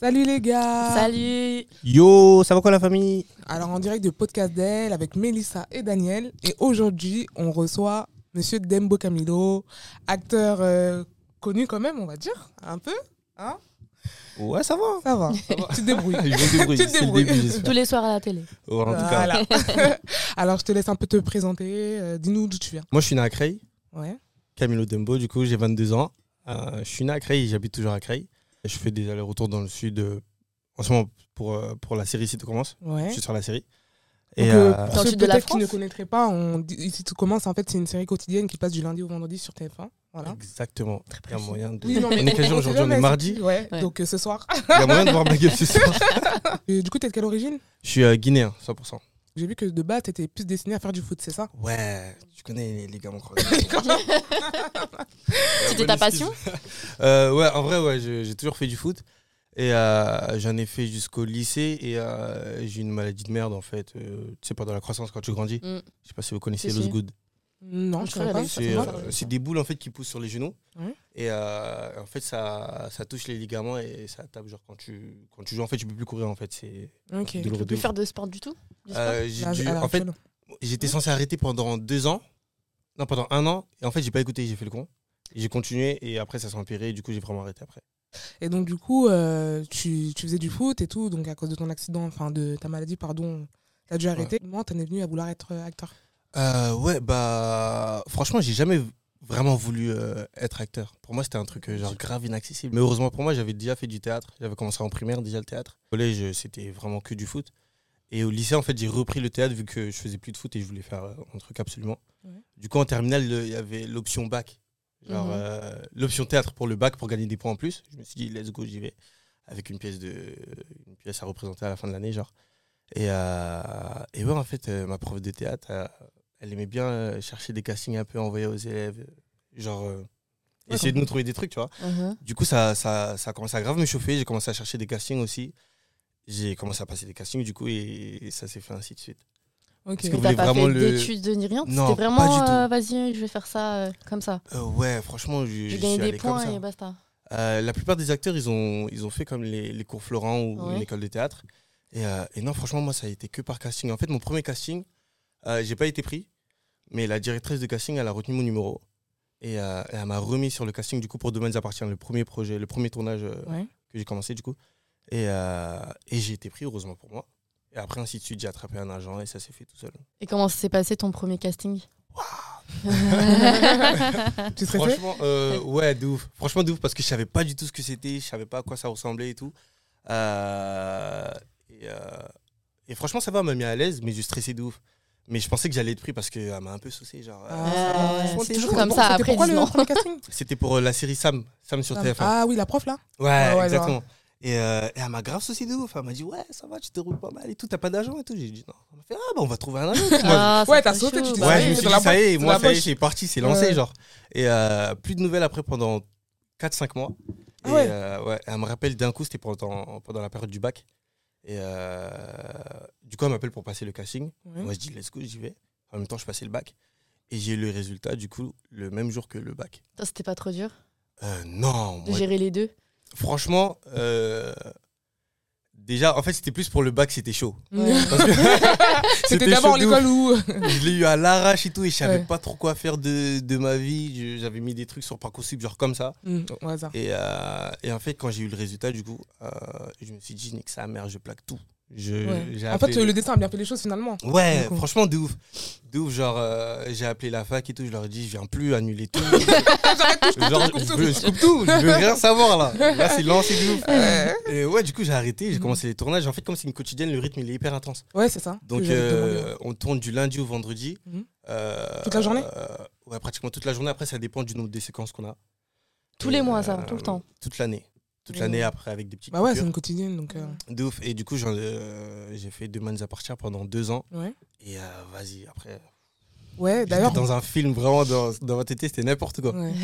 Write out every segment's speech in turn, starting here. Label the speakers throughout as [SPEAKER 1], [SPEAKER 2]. [SPEAKER 1] Salut les gars
[SPEAKER 2] Salut
[SPEAKER 3] Yo, ça va quoi la famille
[SPEAKER 1] Alors en direct de Podcast d'elle avec Mélissa et Daniel. Et aujourd'hui, on reçoit Monsieur Dembo Camilo, acteur euh, connu quand même, on va dire, un peu. Hein
[SPEAKER 3] Ouais, ça va.
[SPEAKER 1] Ça va, tu te débrouilles.
[SPEAKER 3] Je me débrouille,
[SPEAKER 1] Tu te
[SPEAKER 3] c'est le
[SPEAKER 1] débrouilles.
[SPEAKER 3] début, j'espère.
[SPEAKER 2] Tous les soirs à la télé.
[SPEAKER 3] Oh, en tout cas,
[SPEAKER 1] Voilà. Alors je te laisse un peu te présenter. euh, Dis-nous d'où tu viens.
[SPEAKER 3] moi je suis né à Creil,
[SPEAKER 1] Ouais.
[SPEAKER 3] Camilo Dembo, du coup j'ai 22 ans. Euh, je suis né à Creil, j'habite toujours à Creil. Je fais des allers-retours dans le sud euh, en ce moment pour, euh, pour la série Si tu commences. Je
[SPEAKER 1] Ouais.
[SPEAKER 3] suis sur la série.
[SPEAKER 1] Donc,
[SPEAKER 3] Et
[SPEAKER 1] euh,
[SPEAKER 3] euh,
[SPEAKER 1] pour
[SPEAKER 2] Dans le
[SPEAKER 1] ceux
[SPEAKER 2] sud de la
[SPEAKER 1] peut-être qui
[SPEAKER 2] France
[SPEAKER 1] ne connaîtraient pas, on dit- si tu commences, en fait, c'est une série quotidienne qui passe du lundi au vendredi sur TF1. Voilà.
[SPEAKER 3] exactement, il y a moyen de.
[SPEAKER 1] hein. Oui, non, mais-
[SPEAKER 3] On est quel jour aujourd'hui On est mardi
[SPEAKER 1] Ouais,
[SPEAKER 2] Ouais.
[SPEAKER 1] donc euh, ce soir.
[SPEAKER 3] Il y a moyen de voir ma gueule ce soir.
[SPEAKER 1] Et du coup, t'es de quelle origine
[SPEAKER 3] Je suis euh, guinéen, 100%.
[SPEAKER 1] J'ai vu que de base, t'étais plus destiné à faire du foot, c'est ça
[SPEAKER 3] Ouais, tu connais les, les gars, mon
[SPEAKER 2] C'était ta passion
[SPEAKER 3] Euh, ouais, en vrai, ouais, je- j'ai toujours fait du foot. Et euh, j'en ai fait jusqu'au lycée. Et euh, j'ai une maladie de merde, en fait. Euh, tu sais, pendant la croissance, quand tu grandis.
[SPEAKER 2] Mm.
[SPEAKER 3] Je sais pas si vous connaissez
[SPEAKER 2] Si, si. Ah,
[SPEAKER 3] le good.
[SPEAKER 1] Non,
[SPEAKER 2] Je
[SPEAKER 1] je connais
[SPEAKER 2] connais
[SPEAKER 1] pas.
[SPEAKER 2] pas.
[SPEAKER 3] C'est
[SPEAKER 1] c'est
[SPEAKER 3] euh,
[SPEAKER 1] quoi
[SPEAKER 3] c'est des boules, en fait, qui poussent sur les genoux.
[SPEAKER 1] Ouais.
[SPEAKER 3] Et euh, en fait, ça, ça touche les ligaments et ça tape. Genre, quand tu, quand tu joues, en fait, tu peux plus courir, en fait. C'est
[SPEAKER 1] Ok.
[SPEAKER 3] douloureux
[SPEAKER 2] Tu peux
[SPEAKER 3] de
[SPEAKER 2] plus
[SPEAKER 3] ouf.
[SPEAKER 2] faire de sport du tout du sport
[SPEAKER 3] Euh, j'ai
[SPEAKER 1] Là,
[SPEAKER 3] dû-
[SPEAKER 1] à l'heure
[SPEAKER 3] en fait,
[SPEAKER 1] actuelle.
[SPEAKER 3] j'étais censé arrêter pendant deux ans. Non, pendant un an. Et en fait, j'ai pas écouté, j'ai fait le con. Et J'ai continué et après, ça s'est empiré. Et du coup, j'ai vraiment arrêté après.
[SPEAKER 1] Et donc, du coup, euh, tu, tu faisais du foot et tout, donc à cause de ton accident, enfin de ta maladie, pardon, t'as dû arrêter. Comment t'en es venu à vouloir être euh, acteur
[SPEAKER 3] Euh, ouais, bah franchement, j'ai jamais vraiment voulu euh, être acteur. Pour moi, c'était un truc euh, genre grave inaccessible. Mais heureusement pour moi, j'avais déjà fait du théâtre. J'avais commencé en primaire déjà le théâtre. Au collège, euh, c'était vraiment que du foot. Et au lycée, en fait, j'ai repris le théâtre vu que je faisais plus de foot et je voulais faire euh, un truc absolument.
[SPEAKER 1] Ouais.
[SPEAKER 3] Du coup, en terminale, le- il y avait l'option bac. Genre
[SPEAKER 2] Mhm.
[SPEAKER 3] euh, l'option théâtre pour le bac pour gagner des points en plus. Je me suis dit, let's go, j'y vais. Avec une pièce, de, une pièce à représenter à la fin de l'année, genre. Et, euh, et ouais, en fait, euh, ma prof de théâtre, euh, elle aimait bien euh, chercher des castings un peu envoyés aux élèves. euh, Genre, euh,
[SPEAKER 1] Ouais,
[SPEAKER 3] essayer de
[SPEAKER 1] comme-
[SPEAKER 3] nous trouver des trucs, tu vois.
[SPEAKER 2] Mhm.
[SPEAKER 3] Du coup, ça, ça, ça a commencé à grave me chauffer. J'ai commencé à chercher des castings aussi. J'ai commencé à passer des castings, du coup, et, et ça s'est fait ainsi de suite.
[SPEAKER 1] Ok.
[SPEAKER 3] Parce que
[SPEAKER 2] Mais t'as
[SPEAKER 3] vous voulez
[SPEAKER 2] pas fait
[SPEAKER 3] vraiment le-
[SPEAKER 2] d'études ni rien
[SPEAKER 3] Non,
[SPEAKER 2] C'était
[SPEAKER 3] pas
[SPEAKER 2] vraiment,
[SPEAKER 3] du tout.
[SPEAKER 2] euh, vas-y, je vais faire ça euh, comme ça.
[SPEAKER 3] Euh, ouais, franchement, je,
[SPEAKER 2] Je
[SPEAKER 3] je
[SPEAKER 2] gagne
[SPEAKER 3] suis
[SPEAKER 2] des
[SPEAKER 3] allé comme
[SPEAKER 2] points
[SPEAKER 3] ça.
[SPEAKER 2] et basta.
[SPEAKER 3] Euh, la plupart des acteurs, ils ont, ils ont fait comme les, les cours Florent ou
[SPEAKER 2] Ouais.
[SPEAKER 3] une école de théâtre. Et, euh, et non, franchement, moi, ça a été que par casting. En fait, mon premier casting, euh, j'ai pas été pris, mais la directrice de casting, elle a retenu mon numéro. Et euh, et elle m'a remis sur le casting, du coup, pour Domaines appartient, le premier projet, le premier tournage euh,
[SPEAKER 1] Ouais.
[SPEAKER 3] que j'ai commencé, du coup. Et, euh, et j'ai été pris, heureusement pour moi. Et après, ainsi de suite, j'ai attrapé un agent et ça s'est fait tout seul.
[SPEAKER 2] Et comment s'est passé ton premier casting
[SPEAKER 1] Tu serais fait
[SPEAKER 3] Franchement, euh, ouais, de ouf. Franchement, de ouf, parce que je savais pas du tout ce que c'était, je savais pas à quoi ça ressemblait et tout. Euh, et, euh, et franchement, ça va, elle m'a mis à l'aise, mais je stressais de ouf. Mais je pensais que j'allais être pris parce qu'elle m'a un peu saucé. Genre, euh,
[SPEAKER 1] Ah,
[SPEAKER 2] ouais,
[SPEAKER 1] franchement,
[SPEAKER 2] c'est
[SPEAKER 1] t'es
[SPEAKER 2] toujours
[SPEAKER 1] chaud.
[SPEAKER 2] comme
[SPEAKER 1] Bon,
[SPEAKER 2] ça,
[SPEAKER 1] c'était
[SPEAKER 2] après,
[SPEAKER 1] pourquoi
[SPEAKER 2] ils disent
[SPEAKER 1] le
[SPEAKER 2] non.
[SPEAKER 1] premier casting
[SPEAKER 3] C'était pour euh, la série Sam, Sam sur TF1.
[SPEAKER 1] Ah oui, la prof là
[SPEAKER 3] ouais,
[SPEAKER 1] ouais,
[SPEAKER 3] exactement. Et, euh, et elle m'a grave saucé de ouf. Elle m'a dit, ouais, ça va, tu te roules pas mal et tout, t'as pas d'argent et tout. J'ai dit, non. Elle m'a fait, ah, bah, on va trouver un agent. Moi,
[SPEAKER 2] Ah,
[SPEAKER 1] Ouais,
[SPEAKER 2] ça
[SPEAKER 1] t'as
[SPEAKER 2] fait
[SPEAKER 1] sauté,
[SPEAKER 2] chaud,
[SPEAKER 1] tu t'es
[SPEAKER 2] bah
[SPEAKER 3] Ouais,
[SPEAKER 1] oui,
[SPEAKER 3] je me
[SPEAKER 2] oui.
[SPEAKER 1] c'est
[SPEAKER 3] suis
[SPEAKER 1] dans la
[SPEAKER 3] dit, ça y est,
[SPEAKER 1] poche,
[SPEAKER 3] moi,
[SPEAKER 1] c'est dans
[SPEAKER 3] ça
[SPEAKER 1] la
[SPEAKER 3] y est, j'ai parti, c'est lancé, genre. Et euh, plus de nouvelles après pendant 4-5 mois.
[SPEAKER 1] Ah
[SPEAKER 3] et
[SPEAKER 1] ouais.
[SPEAKER 3] euh, ouais, elle me rappelle d'un coup, c'était pendant, pendant la période du bac. Et euh, du coup, elle m'appelle pour passer le casting.
[SPEAKER 1] Ouais.
[SPEAKER 3] Moi, je dis, let's go, j'y vais. En même temps, je passais le bac. Et j'ai eu le résultat, du coup, le même jour que le bac.
[SPEAKER 2] Ça, C'était pas trop dur
[SPEAKER 3] Euh, non,
[SPEAKER 2] de
[SPEAKER 3] moi,
[SPEAKER 2] gérer les deux
[SPEAKER 3] franchement, euh, déjà, en fait, c'était plus pour le bac, c'était chaud.
[SPEAKER 2] Ouais.
[SPEAKER 3] Parce que-
[SPEAKER 1] C'était
[SPEAKER 3] C'était
[SPEAKER 1] d'abord
[SPEAKER 3] chaud de ouf.
[SPEAKER 1] l'école où
[SPEAKER 3] je l'ai eu à l'arrache et tout et je savais
[SPEAKER 1] Ouais.
[SPEAKER 3] pas trop quoi faire de, de ma vie Je- j'avais mis des trucs sur parcoursup genre comme ça
[SPEAKER 1] Hmm, Au hasard.
[SPEAKER 3] et, euh, et en fait quand j'ai eu le résultat du coup euh, je me suis dit nique sa mère je plaque tout je
[SPEAKER 1] Ouais.
[SPEAKER 3] euh, j'ai
[SPEAKER 1] En
[SPEAKER 3] appelé-
[SPEAKER 1] fait, le dessin a bien fait les choses finalement.
[SPEAKER 3] ouais
[SPEAKER 1] du coup.
[SPEAKER 3] franchement de ouf de ouf genre euh, j'ai appelé la fac et tout je leur ai dit je viens plus annuler tout
[SPEAKER 1] J'arrête tout, je coupe
[SPEAKER 3] genre
[SPEAKER 1] tout, je
[SPEAKER 3] je
[SPEAKER 1] coupe
[SPEAKER 3] veux,
[SPEAKER 1] tout.
[SPEAKER 3] je coupe tout je veux rien savoir là là c'est lancé de ouf
[SPEAKER 1] Ouais. Mhm.
[SPEAKER 3] et ouais du coup j'ai arrêté j'ai commencé les tournages en fait comme c'est une quotidienne le rythme il est hyper intense
[SPEAKER 1] Ouais, c'est ça.
[SPEAKER 3] donc
[SPEAKER 1] Que j'allais te demander.
[SPEAKER 3] euh, on tourne du lundi au vendredi.
[SPEAKER 1] Mhm.
[SPEAKER 3] Euh,
[SPEAKER 1] Toute la journée
[SPEAKER 3] euh, Ouais, pratiquement toute la journée. Après, ça dépend du nombre de séquences qu'on a.
[SPEAKER 2] Tous
[SPEAKER 3] Et,
[SPEAKER 2] les mois, ça,
[SPEAKER 3] euh,
[SPEAKER 2] tout le temps.
[SPEAKER 3] Toute l'année. Toute
[SPEAKER 2] Ouais.
[SPEAKER 3] l'année après avec des petites
[SPEAKER 1] Bah ouais, c'est
[SPEAKER 3] coupures.
[SPEAKER 1] une quotidienne donc. euh,
[SPEAKER 3] De ouf. Et du coup, j'en- euh, j'ai fait deux à partir pendant deux ans.
[SPEAKER 1] Ouais.
[SPEAKER 3] Et euh, vas-y, après.
[SPEAKER 1] Ouais,
[SPEAKER 3] J'étais
[SPEAKER 1] d'ailleurs.
[SPEAKER 3] dans un film vraiment dans, dans votre été, c'était n'importe quoi.
[SPEAKER 1] Ouais.